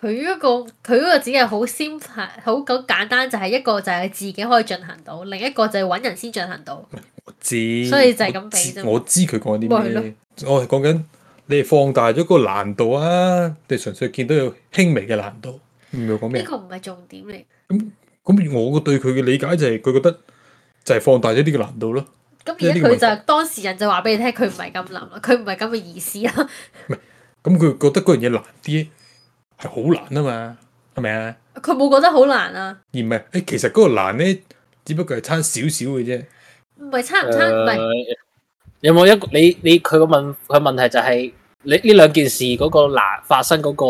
佢嗰、個佢嗰個只係好 simple，好咁簡單，就係、一個就係自己可以進行到，另一個就係揾人先進行到。我知，所以就係咁比啫嘛我知佢講咪係啲咯咩，我係講緊你係放大咗個難度啊，你純粹見到有輕微嘅難度，唔係講呢咩？啊個唔係重點嚟。咁我對佢嘅理解就係佢覺得就係放大咗呢個難度咯。咁而即係家呢個佢問題就當事人就話俾你聽，佢唔係咁諗啦，佢唔係咁嘅意思啦。咁佢覺得嗰樣嘢難啲，係好難啊嘛，係咪啊？佢冇覺得好難啊，而唔係誒，其實嗰個難咧，只不過係差少少嘅啫。唔係差唔差，唔係、誒呃有冇一個你你佢個問佢問題就係、你呢兩件事嗰個難發生嗰個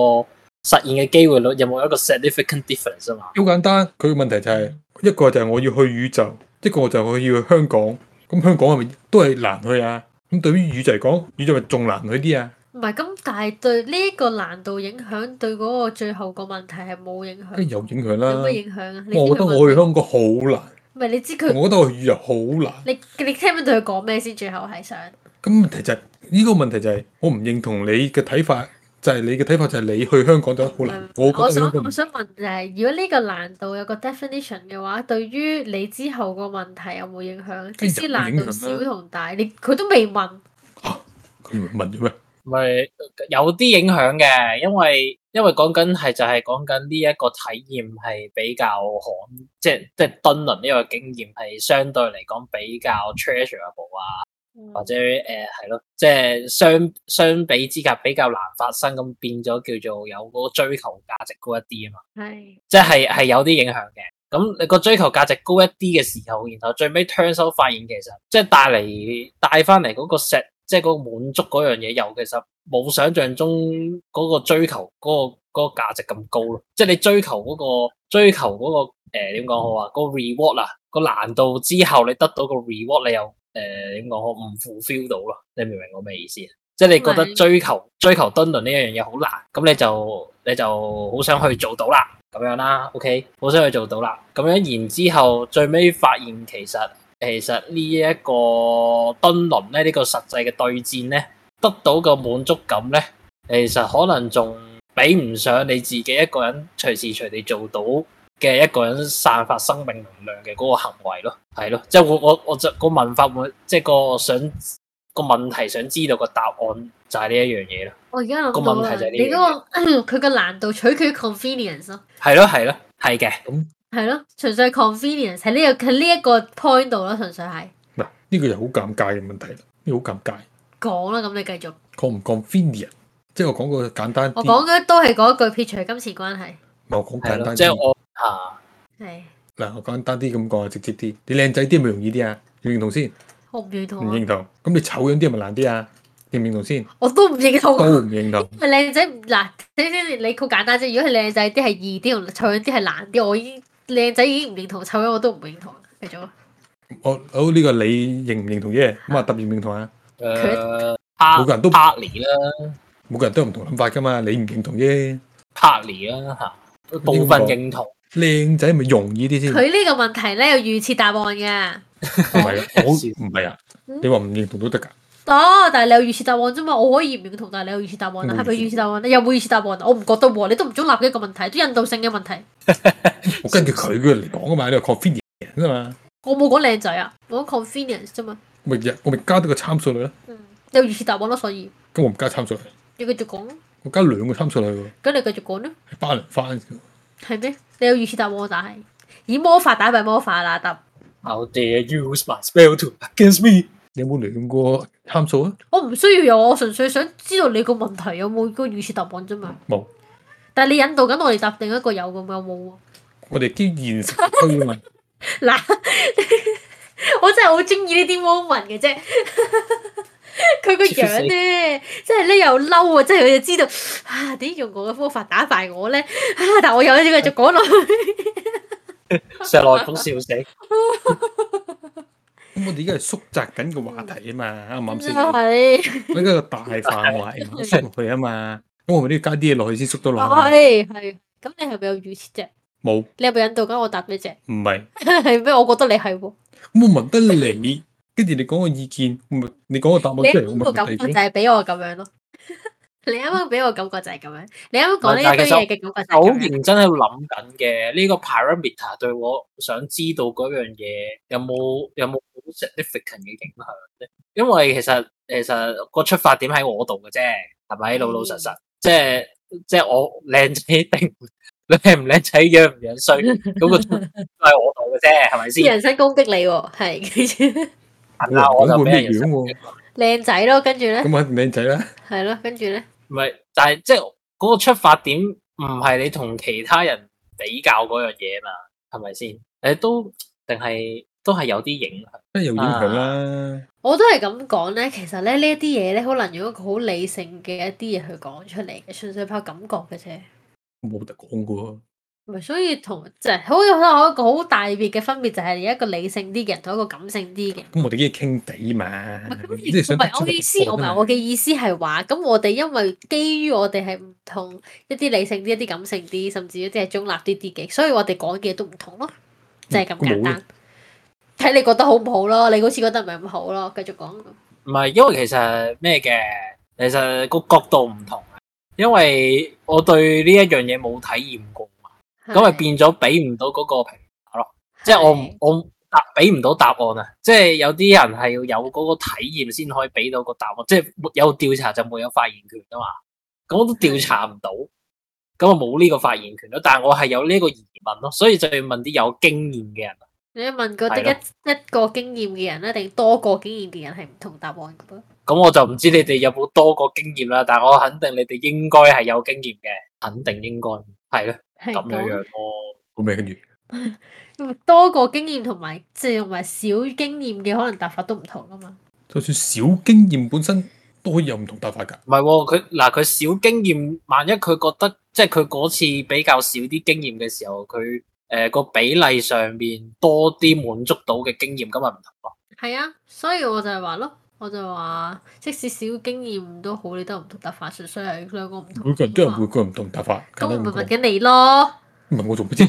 實現嘅機會率有冇一個 significant difference 啊嘛？好簡單，佢嘅問題就係、一個就係我要去宇宙，一個就係我要去香港。咁香港係咪都係難去啊？咁對於宇宙嚟講，宇宙咪仲難去啲啊？唔係咁，但係對呢一個難度影響對嗰個最後個問題係冇影響。梗係有影響有啦乜。影響啊？你知哎我覺得佢問我去香港好難，唔係你知佢，我覺得我去宇宙好難。你你聽唔聽到佢講咩先？最後係想咁問題就係、呢、個問題就係、我唔認同你嘅睇法，就係、你嘅睇法就係你去香港就好難。我嗯我覺得去想香港我唔想問就係，如果呢個難度有個 definition 嘅話，對於你之後個問題有冇影哎響？即使難啊度少同大，你佢都未問。佢唔係問咗咩？咪有啲影響嘅，因為因為講緊係就係講緊呢一個體驗係比較罕，即係即係敦倫呢個經驗係相對嚟講比較 treasurable 啊，嗯或者誒係咯，即係相相比之下比較難發生，咁變咗叫做有嗰個追求價值高一啲啊嘛，係即係係有啲影響嘅。咁你個追求價值高一啲嘅時候，然後最尾 turn 收發現其實即係帶嚟帶翻嚟嗰個石，即係嗰個滿足嗰樣嘢，又其實冇想象中嗰個追求嗰、個嗰、個價值咁高咯。即係你追求嗰、個追求嗰、個誒點講好啊？個 reward 啊，個難度之後你得到個 reward，你又誒點講好唔 fulfill 到咯？你明唔明我咩意思啊？即係你覺得明追求追求敦倫呢樣嘢好難，咁你就你就好想去做到啦。咁樣啦，OK，好想去做到啦。咁樣然之後，最尾發現其實其實呢一個敦倫咧，呢、個實際嘅對戰咧，得到嘅滿足感咧，其實可能仲比唔上你自己一個人隨時隨地做到嘅一個人散發生命能量嘅嗰個行為咯，係咯，即係我我我就個問法會，即係個想個問題想知道個答案就係呢一樣嘢咯，我而家諗個到問啦，題就係呢你嗰個 [CLEARS THROAT] 佢個難度取決於 convenience 咯，係咯係咯係嘅，係咯，純粹係 convenience 喺呢個喺呢一個 point 度咯，純粹係嗱，呢個就好尷尬嘅問題啦，呢個好尷尬。講啦。咁你繼續， c o n convenient，即係我講個簡嗯單啲，我講嘅都係嗰一句撇除金錢關係，唔係我講係簡咯，單即係啲。我啊。係嗱，我簡單啲咁講，啊直接啲。你靚仔啲咪容易啲啊？認唔認同先？我唔認唔同啊，認同。咁你醜樣啲係咪難啲啊？認唔認同先？我都唔認同啊。嗯都唔認同。咪靚仔唔嗱，睇先你好簡單啫。如果係靚仔啲係易啲，同醜樣啲係難啲。我已經靚仔已經唔認同，醜樣我都唔認同。繼續啊，我好呢個你認唔認同啫？咁啊，特別唔認同啊。呃誒，帕每個人都帕尼啦，每個人都有唔同諗法噶嘛，你唔認同啫。帕尼啦嚇，部分認同。靚仔咪容易啲嗯先，佢呢個問題咧有預設答案 [LAUGHS] 嘅，唔 [LAUGHS] 係啊，我唔係啊嗯，你話唔認同都得㗎。得，但係你有預設答案啫嘛。我可以唔認同，但係你有預設答案啦。冇係咪預設預設答案咧？有冇預設答案啊？我唔覺得喎，你都唔中立嘅一個問題，都引導性嘅問題。我根據佢嘅嚟講啊嘛，你話 convenient 啊嘛，我冇講靚仔啊，我講 convenience 啫嘛。咪日我咪加多個參數率啦。嗯，有預設答案咯，所以咁我唔加參數率，你繼續講咯，我加兩個參數率喎，咁你繼續講啦，係巴倫翻。係咩？你有預設答案，但係以魔法打敗魔法啦，答。 How dare you use my spell to against me？你有冇兩個參數啊？我唔需要有，我純粹想知道你個問題有冇個預設答案啫嘛。冇。但係你引導緊我哋答另一個有咁有冇啊喎？我哋基於現實區啊嘛， [LAUGHS] [LAUGHS] 嗱，我真係好中意呢啲 moment 嘅啫。佢個樣咧，即係咧又嬲啊！即係佢就知道啊，點用我嘅方法打敗我咧？啊，但我又繼續講落去，石內公笑死，咁我哋而家係縮窄緊個話題啊嘛，啱唔啱 [LAUGHS] 先？哦係我而家個大範圍嘛縮落去啊嘛，咁我咪都要加啲嘢落去先縮到落去。係係。咁你係咪有預設啫？冇，唔你係咪引導緊我答你 [LAUGHS] 啫？係。係咩？我覺得你係喎。咁我問得你，跟住你講個意見，我咪你講個答案出你啱嚟，我啱咪個感覺就問第二個。係俾我咁樣咯。你啱啱俾我感覺就係咁樣。你啱啱講呢但一係堆其實嘢嘅感覺就我好係咁樣。認真喺度諗緊嘅呢個 parameter 對我想知道嗰樣嘢有冇有冇好 significant 嘅影響咧？因為其實其實個出發點喺我度嘅啫，係嗯咪老老實實？即係即係我靚仔定你靚唔靚仔，樣唔樣衰，嗰個出發點都係我度嘅啫，係咪啲先？人身攻擊你喎，係係啦，我就會俾咩人樣喎？靚仔咯，跟住咧咁我肯定靚仔啦，係咯，跟住咧唔係，但係即係嗰個出發點唔係你同其他人比較嗰樣嘢嘛，係咪先？誒都定係都係有啲影響。梗係有影響啦。我都係咁講咧。其實咧呢一啲嘢咧，可能用一個好理性嘅一啲嘢去講出嚟嘅，純粹靠感覺嘅啫。冇得講嘅喎，咪所以同就係好有可能有一個好大別嘅分別，就係一個理性啲嘅人同一個感性啲嘅人。咁我哋已經傾地嘛唔係，咁即係唔想係我嘅意思，我唔係咪我嘅意思係話，咁我哋因為基於我哋係唔同一啲理性啲、一啲感性啲，甚至一啲係中立啲啲嘅，所以我哋講嘅嘢都唔同咯，就係、咁咁冇簡單。睇你覺得好唔好咯，你好似覺得唔係咁好咯，繼續講。唔係，因為其實咩嘅，其實個角度唔同啊。因為我對呢一樣嘢冇體驗過嘛，咁咪係變咗俾唔到嗰個評，即係我唔係我唔答俾唔到答案啊。即係有啲人係要有嗰個體驗先可以俾到個答案，即係沒有調查就沒有發言權啊嘛。咁我都調查唔到，咁我冇呢個發言權咯。但係我係有呢個疑問咯，所以就要問啲有經驗嘅人。你問過得係一咯一個經驗嘅人咧，定多個經驗嘅人係唔同答案嘅噃？咁我就唔知你哋有冇多個經驗啦，但我肯定你哋應該係有經驗嘅，肯定應該係咯，係咁樣講樣咯。好咩？跟住多個經驗同埋即係同埋少經驗嘅可能答法都唔同啊嘛。就算少經驗本身都可以有唔同答法㗎。唔係喎，佢嗱佢少經驗，萬一佢覺得即係佢嗰次比較少啲經驗嘅時候，佢誒個比例上面多啲滿足到嘅經驗，咁咪唔同咯。係啊，所以我就係話咯，我就話即使少經驗都好，你都有唔同答法，純粹係兩個唔同。每個人都有每個人唔同答法，咁簡我單咪咁問講。緊你咯，唔係我做乜 [LAUGHS] 啫？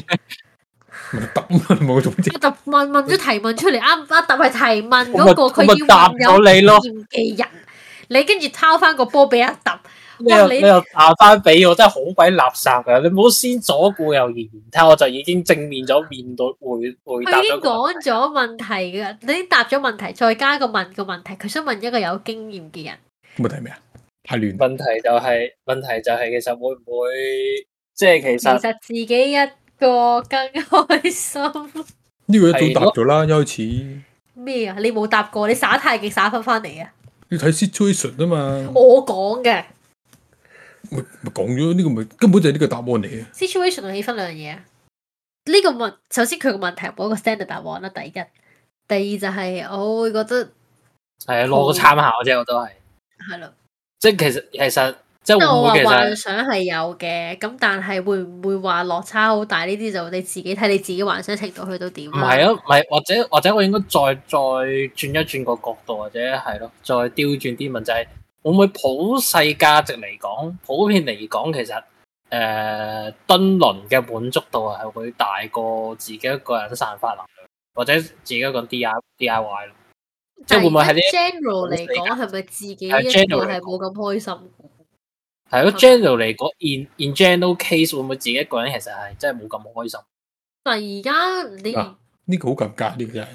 唔係答唔係我做乜啫？我答問問咗提問出嚟，啱唔啱答係提問我咪嗰個啊佢我咪啊答要問咗你咯有，經驗嘅人，你跟住拋翻個波俾阿揼，你又哇你你又答翻俾我，真係好鬼垃圾㗎！你唔好先左顧右而言他，我就已經正面咗面對回回答佢已經咗個講咗問題嘅，你已經答咗問題，再加一個問個問題，佢想問一個有經驗嘅人。問題係咩啊？太亂啦，問題就係、問題就係其實會唔會即係其其實實自己一個更開心呢個一早係答咯咗啦，一開始咩啊？你冇答過，你耍太極耍翻翻嚟啊！要睇 situation 啊嘛，我講嘅咪咪講咗呢個咪根本就係呢個答案嚟嘅。 situation 同氣氛兩樣嘢啊。呢個問首先佢個問題冇一個 standard 答案啊啦，第一。第二就係、我會覺得係攞個參考啫，我都係係咯，即係其實其實即即係係會我唔話會其幻實想係有嘅，咁但係會唔會話落差好大？呢啲就你自己睇你自己幻想程度去到點唔啦。係啊？唔係或者或者我應該再再轉一轉個角度，或者係咯，再刁轉啲問就係、會唔會普世價值嚟講，普遍嚟講其實誒、呃、敦倫嘅滿足度係會大過自己一個人散發能量，或者自己一個 D I D I Y 咯。即係會唔會係呢 general 嚟講，係咪自己一個係 general 係嚟冇咁開心？係係咯，general 嚟講，in in general case 會唔會自己一個人其實係真係冇咁開心？但係而家你啊嗱呢個好尷尬，呢個真係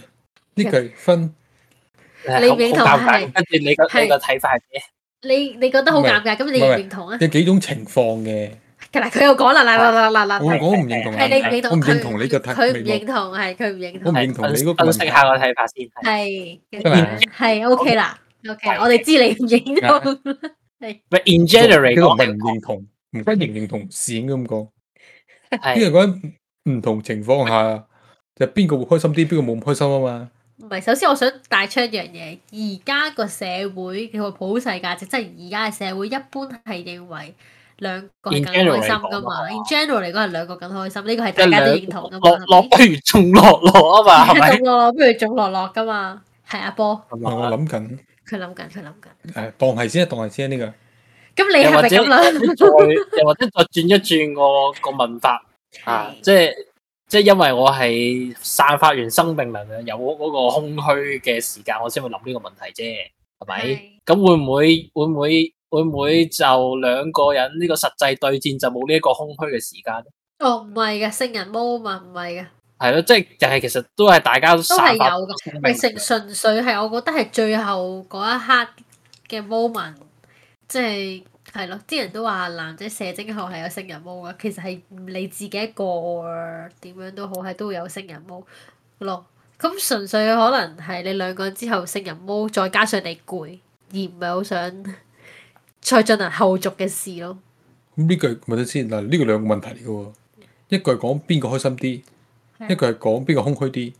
呢個係分你認同好尷尬係跟住你個係你個睇法係咩？你你覺得好尷尬，咁你唔認唔係認同啊？有幾種情況嘅。嗱，佢又講啦，嗱嗱嗱嗱啊我嗱，我唔認同啊，係你唔認我同唔佢，認同你嘅睇佢唔未認同，係佢唔認我同唔，認同你嗰個分問題析下個睇法先。係係真係啊係 OK 啦，OK，啦係我哋知你唔認同，咪 in general 嚟呢個唔係唔講認同，唔關認唔認同事應該咁講。係因為講緊唔同情況下，就邊個會開心啲，邊個冇咁開心啊嘛。唔係，首先我想帶出一樣嘢，而家個社會嘅普世價值，即係而家嘅社會一般係認為兩個係 In 更開心 general 噶嘛。嚟 In 講啊 general 嚟講係兩個更開心，呢個係即大家都兩認同噶嘛落落係咪。不如仲落落 [LAUGHS] 啊嘛，係咪中落落不如中落落噶嘛，係阿波係我嘛？諗緊佢諗緊，佢諗緊。誒，當係先啊，當係先啊呢個。咁你係又或咪者咁諗？再又或者再轉一轉個個問法啊係，即係即係因為我係散發完生命能量，有嗰個空虛嘅時間，我先會諗呢個問題啫，係咪？係咁會唔會會唔會會唔會就兩個人呢個實際對戰就冇呢一個空虛嘅時間咧？哦，唔係嘅，聖人魔啊嘛，唔係嘅。係咯，即係就係其實都係大家都散發有嘅生命咪能成量純粹係我覺得係最後嗰一刻嘅 moment，即係係咯，啲人都話男仔射精後係有聖人毛嘅，其實係你自己一個呃點樣都好，係都會有聖人毛咯。咁純粹可能係你兩個人之後聖人毛，再加上你攰，而唔係好想再進行後續嘅事咯。咁呢句咪得先嗱，呢個兩個問題嚟嘅喎，一個係講邊個開心啲，係啊一個係講邊個空虛啲。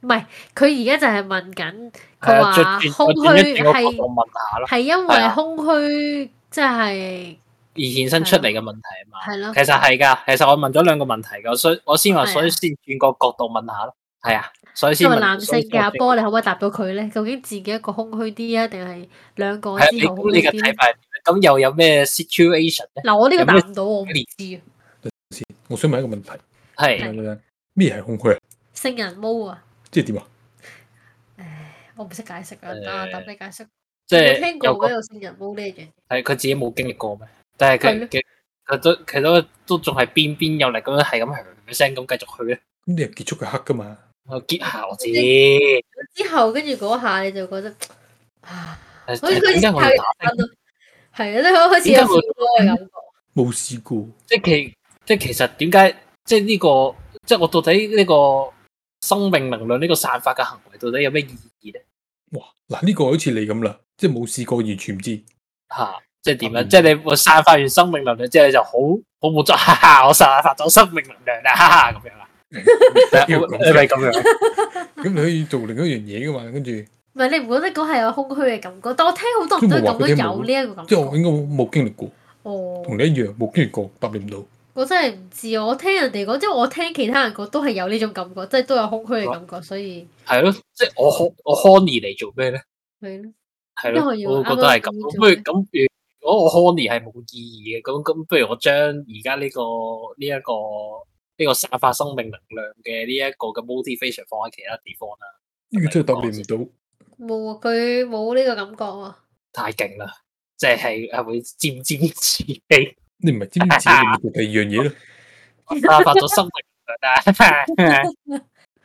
唔係，佢而家就係問緊，係佢啊，再話轉空再轉一虛轉個角係度問下咯，係因係為啊空虛，即係。而衍生出嚟嘅問題啊嘛。係咯其，實係㗎，其實我問咗兩個問題㗎，所以我先話，係啊所以先轉個角度問下咯。係啊，所以先作為問。男性所以嘅阿先波，你可唔可以答到佢咧？究竟自己一個空虛啲啊，定係兩個係啊你之後空咁你虛嘅啲睇呢？法係點咧，咁又有咩 situation 咧？嗱，我呢個有答咩唔到，我唔知啊。我想問一個問題，係係咩係空虛啊？聖人毛啊，即係點啊？我唔識解釋啊，誒等我等你解釋。即你有聽係過有個咩有聖人毛呢一樣嘢？係佢自己冇經歷過咩？但係係佢佢佢都佢都都仲係邊邊有力咁樣係咁響響聲咁繼續去咧。咁你係結束佢黑㗎嘛？我結下我知，之後跟住嗰下你就覺 [LAUGHS] 得啊，但好似係佢點解我要打分咯，係啊，即係開始有少點解會嘅感覺。冇試過，即係其即係其實點解即係呢個即係我到底呢個生命能量呢個散發嘅行為到底有咩意義咧？哇！嗱，呢個好似你咁啦，即係冇試過，完全唔 [LAUGHS] 知。吓、即係點啊？嗯即係你散發完生命能量之後，你就好好滿足，哈哈！我散發咗生命能量啦，哈哈！咁樣啊啦，你要係咪咁咁樣？咁你可以做另一樣嘢㗎嘛？跟住即唔係你唔覺得嗰係有空虛嘅感覺？但我聽好多人都係咁樣有呢一個感係我覺。應該冇經歷過，哦。同你一樣冇經歷過，答你唔到。我真係唔知，我聽人哋講，即係我聽其他人講都係有呢種感覺，即係都有空哦虛嘅感覺，所以係咯，即係我我我 honey 嚟做咩咧？係咯。係咯，因為我我會覺得係咁。啱啱不如咁，如果我 honey 係冇意義嘅，咁咁不如我將而家呢個呢一個呢個散發生命能量嘅呢一個嘅 motivation 放喺其他地方啦，呢個真係答你唔到。冇啊，佢冇呢個感覺喎。太勁啦！即係係會沾沾 [LAUGHS] 自喜。你唔係知唔知？你咪 [LAUGHS] 做第二樣嘢咯。啊，發咗生命能量啊！ [LAUGHS]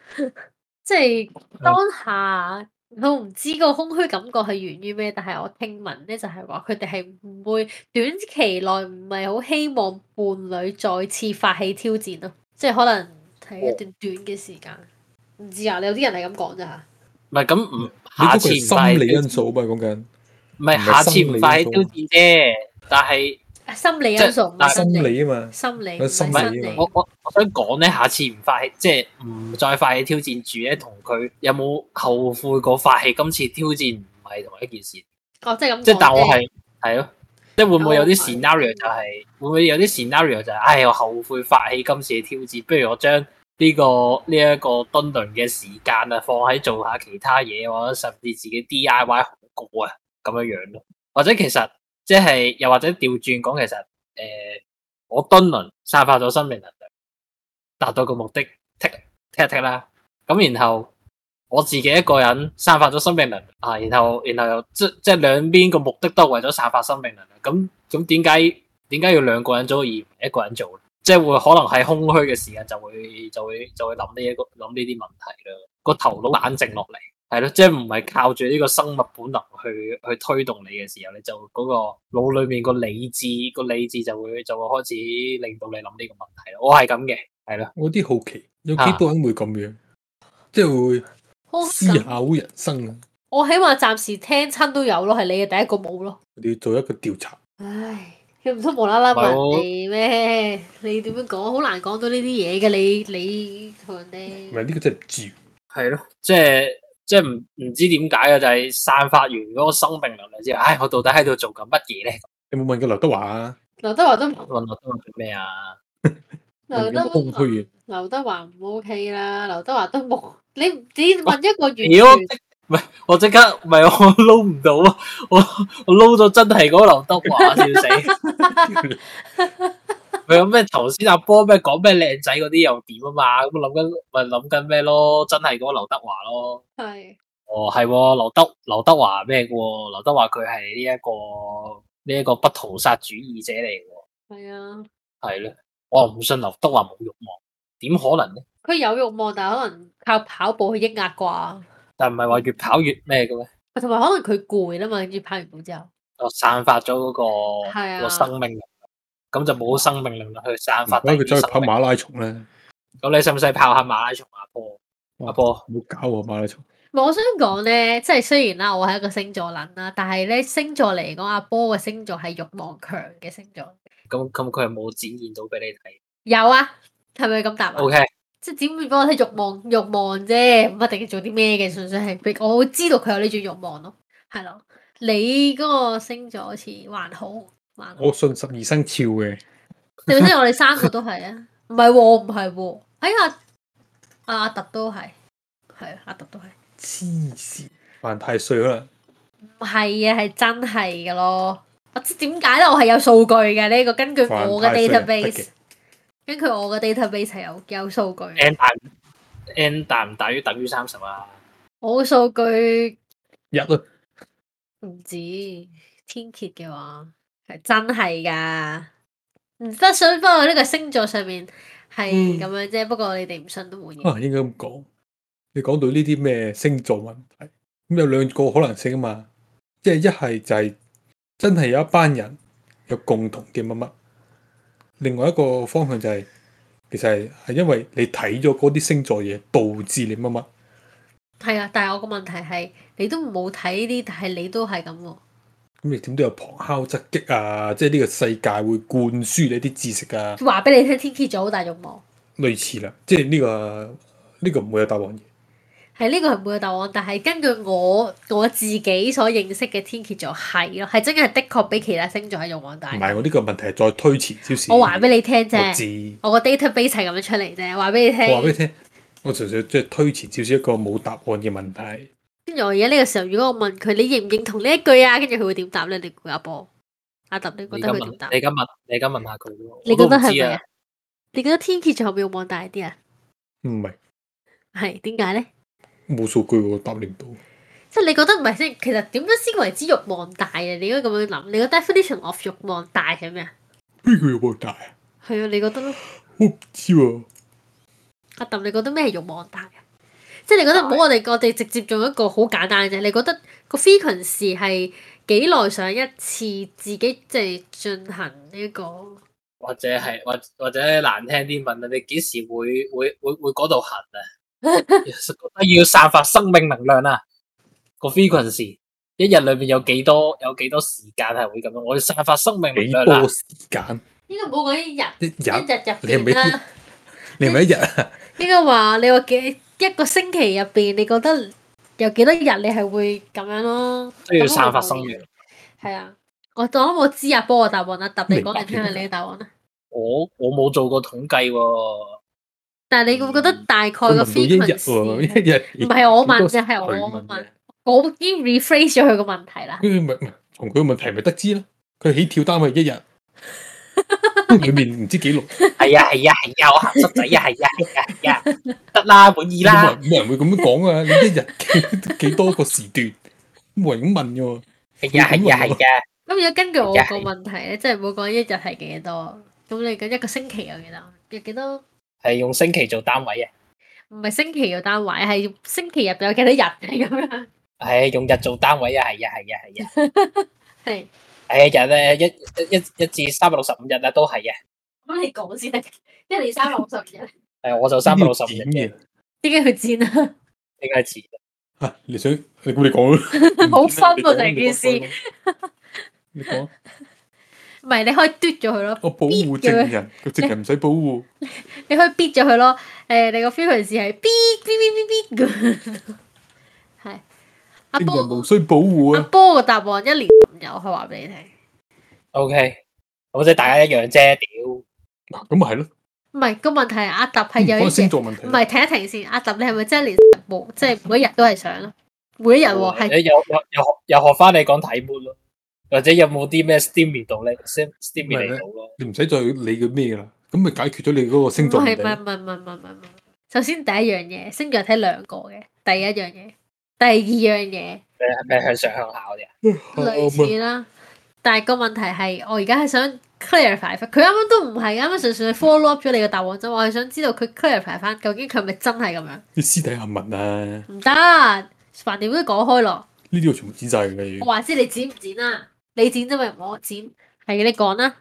即係嗯當下，我唔知個空虛感覺係源於咩，但係我聽聞咧就係話佢哋係唔會短期內唔係好希望伴侶再次發起挑戰咯，即係可能係哦一段短嘅時間。唔知啊，你有啲人係咁講咋嚇。唔係咁唔，你下嗰次個唔係係心理因素啊嘛，講緊唔係唔係下次心唔理快因素挑戰啫。但係啊心理即因係素唔係心理，理啊嘛。心理有唔心理啊係生理嘛。我我我想講咧，下次唔發起，即係唔再發起挑戰住咧，同佢有冇後悔過發起今次挑戰唔係同一件事？哦，即係咁講啫。即係但我係係咯，即係會唔會有啲哦 scenario 就係、會唔會有啲 scenario 就係、唉，我後悔發起今次嘅挑戰，不如我將呢、個呢一、個敦倫嘅時間啊，放喺做下其他嘢，或者甚至自己 DIY 好過啊，咁樣樣咯。或者其實即係又或者調轉講，其實誒、呃我敦倫散發咗生命能量，達到個目的剔剔一剔啦。咁然後我自己一個人散發咗生命能量啊，然後然後又即即係兩邊個目的都係為咗散發生命能量。咁咁點解點解要兩個人做而唔係一個人做咧？即係會可能喺空虛嘅時間就會就會就會諗呢一個諗呢啲問題啦。個頭腦冷靜落嚟，係咯，即係唔係靠住呢個生物本能去去推動你嘅時候，你就嗰個腦裏面個理智個理智就會就會開始令到你諗呢個問題咯。我係咁嘅，係咯，我啲好奇，有啊幾多人會咁樣，即係會空思虛感考人生啊！我起碼暫時聽親都有咯，係你嘅第一個冇咯。你要做一個調查，唉，佢唔通無啦啦問唔係我人哋咩？你點樣講？好難講到呢啲嘢嘅，你你同人唔哋係呢個真係唔知。係咯，即係即係唔唔知點解嘅，就係、散發完嗰個生命能量之後，唉，我到底喺度做緊乜嘢咧？有冇問過劉德華啊？劉德華都我落都做咩啊？劉有德冇空華虛嘅？劉德華唔 OK 啦，劉德華都冇 [LAUGHS] 你你問一個演屌員，我即刻唔係 [LAUGHS] 我撈唔到啊！我我撈到真係嗰個劉德華，笑死！佢有咩頭先阿波咩講咩靚仔嗰啲又點啊嘛？咁我諗緊咪諗緊咩咯？真係嗰個劉德華咯。係哦，係喎，劉德劉德華咩嘅喎？劉德華佢係呢一個呢一、個不屠殺主義者嚟嘅喎，係啊，係咧，我唔信劉德華冇欲望，點可能咧？佢有欲望，但係可能靠跑步去抑壓啩，但唔係話越跑越咩嘅咩？同埋可能佢攰啦嘛，跟住跑完步之後，我散發咗嗰、個係啊個哦生命力，咁就冇生命力啦去散發或第者二佢走去跑生命。馬拉松咧？咁你使唔使跑下馬拉松啊阿波？哇阿波，冇搞喎馬拉松，唔係我想講咧，即係雖然啦，我係一個星座撚啦，但係咧星座嚟講，阿波嘅星座係欲望強嘅星座。咁咁佢係冇展現到俾你睇。有啊，係咪咁答啊？ O K，即係點會俾我睇欲望欲望啫，唔一定要做啲咩嘅，純粹係俾我知道佢有呢種欲望咯，係咯。你嗰個星座好似還好，還好。我信十二生肖嘅，你咪先，我哋三個都係啊，唔係喎，我唔係喎，哎呀，阿阿特都係，係啊，阿特都係，黐線，犯太歲啦！唔係啊，係真係嘅咯。我知點解咧，我係有數據嘅呢、個，根據犯我嘅太歲係得 database，嘅根據我嘅 database 係有有數據嘅。 n 大 n 大唔大於等於三十啊？我嘅數據日啊，唔止天蝎嘅話，係真係噶，唔得信。不過呢個星座上面係嗯咁樣啫，不過你哋唔信都冇嘢。啊應該咁講。你講到呢啲咩星座問題，咁有兩個可能性啊嘛，即係一係就係真係有一班人有共同嘅乜乜，另外一個方向就係、其實係係因為你睇咗嗰啲星座嘢，導致你乜乜。係啊，但係我個問題係你都冇睇呢啲，但係你都係咁喎。咁你點都有旁敲側擊啊！即係呢個世界會灌輸你啲知識啊，話俾你聽，天蝎座好大欲望，類似啦。即係呢、個呢、個唔會有答案嘅。係呢個係每個答案，但係根據我我自己所認識嘅天蝎座係咯，係真係的確比其他星座係欲望大唔。係我呢個問題係再推前少少。我話俾你聽我啫，知，我個 database 係咁樣出嚟啫，話俾你我話俾聽你。聽，我純粹即係推前少少一個冇答案嘅問題。跟住我而家呢個時候，如果我問佢你認唔認同呢一句啊，跟住佢會點答咧？你估阿波阿揼，你你覺得而家佢問，點答你？而家問，你而家問下佢咯。你覺覺得係係咪啊啊？？你覺得天蝎座係咪欲望大啲啊？唔係係點解咧？冇數據喎，答你唔到。即係你覺得唔係先，其實點樣先為之欲望大啊？你應該咁樣諗。你個 definition of 欲望大係咩啊？邊個有冇大啊？係啊，你覺得咧？我唔知喎。阿揼，你覺得咩係欲望大啊？即係你覺得唔好，我哋我哋直接做一個好簡單嘅啫。你覺得個 frequency 係幾耐上一次自己即係進行呢個？或者係或或者難聽啲問啊，你幾時會會會會嗰度痕啊？ [LAUGHS] 覺得要散發生命能量啊！個 frequency 一日裏面有幾多有幾多時間係會咁樣？我要散發生命能幾量啦多！時間？應該唔好講一日。一一日？日你入係咪邊啦，你咪一日啊？應該話你話幾一個星期入邊，你覺得有幾多日你係會咁樣咯？都要散發生命。係啊，我我諗我知啊，幫我答案啦，答你明白講你聽下你嘅答案啦。我我冇做過統計喎，但係你會覺得大概我個問到一日喎，一 frequency 日唔係我幾問多啫，係佢我啊嘅問，我已經 rephrase 咗佢個問題啦。佢咪咪從佢個問題咪得知咯。佢起跳單位一日，裏面唔知 [LAUGHS] 幾耐，係啊係啊係啊，我鹹濕仔啊係啊係啊係啊，得啦滿意冇啦，人冇人會咁樣講啊！你一日幾 [LAUGHS] 幾多個時段，冇人咁問嘅喎。係啊係啊係啊，咁如果根據我一個日問題咧，即係冇講一日係幾多，咁你講一個星期有幾多？有幾多？係用星期做單位啊，唔係星期嘅單位，係星期入邊有幾 [LAUGHS] 多日係咁樣？係用日做單位啊，係啊係啊係啊。 [LAUGHS] 係。诶，日咧一一一至三百六十五日啊，都係嘅。咁你講先得，一年三百六十日，诶，我就三百六十五日點嘅，嘅點解佢剪啊？ [LAUGHS] 應該似。嚇？啊你想你估你講啊咯？ [LAUGHS] 好分喎你講成件事。你講你講唔係，你可以嘟咗佢咯，我保護 [LAUGHS] 證人，個證人唔使保護。你可以 bit 咗佢咯。誒、你個 frequency 係 bit bit bit bit bit 咁樣， [LAUGHS] 係阿英人波無需保護阿啊！波嘅答案一年有，佢話俾你聽。 O K，咁即係大家一樣啫，屌，嗱，咁咪係咯，唔係個問題係阿揼係唔有關一隻星，座問題唔。係停一停先。阿揼你係咪真係連冇，即係每一日都係想啊？每一日喎係你又又又學又學翻你講體末咯，或者有冇啲咩 stimulate 到咧？stimulate 到咯，你唔使再理佢咩啦，咁咪解決咗你嗰個星唔座係唔問題係咯。唔係唔係唔係唔係唔係。首先第一樣嘢，星座睇兩個嘅，第一樣嘢，第二樣嘢。你係咪向上向下嗰啲啊？哦類似啦。但係個問題係，我而家係想 clarify 翻，佢啱啱都唔係，啱啱純粹係 follow up 咗你個答案啫。我係想知道佢 clarify 翻，究竟佢係咪真係咁樣？你私底下問啊，呢唔得，橫掂都講開咯。啲我全部剪晒佢嘅嗯我。話知你剪唔剪啦、你剪啫嘛，我剪係你講啦。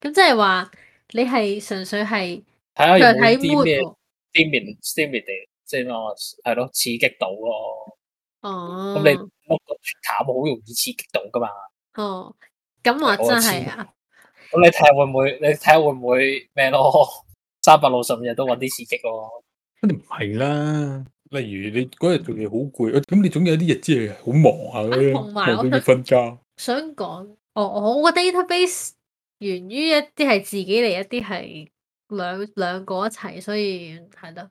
咁即係話你係純粹係睇下有佢冇睇啲咩 mood 喎 stimulate stimulate，即係我係咯刺激到咯，哦。咁你碌個淡好容易刺激到噶嘛？哦，咁我我真知係啊，咁你睇下會唔會？你睇下會唔會咩咯？ [LAUGHS] 三百六十五日都揾啲刺激咯。肯定唔係啦。例如你嗰日做嘢好攰，哦咁你總有啲日子係好忙啊下嘅，啊同埋我忙到要哦瞓覺。想講，我我我個 database 源於一啲係自己嚟，一啲係兩兩個一齊，所以係咯。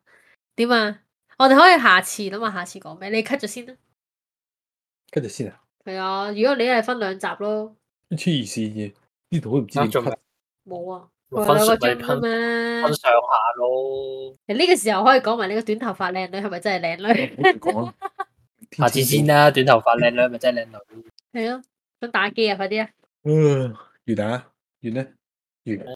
點啊？我哋可以下次諗下下次講咩？你 cut 咗先啦。跟住先啊，係啊，如果你係分兩集咯，黐線嘅，呢度都唔知啊點仲 cut 冇啊，咪話分兩數個咪鐘啊分嘛分。上下咯，你呢個時候可以講埋你個短頭髮靚女係咪真係靚女？唔好講 [LAUGHS] 啊。下次先啦。短頭髮靚女咪真係靚女。係咯，想打機啊，快啲啊！唉。完啊，完咧，完。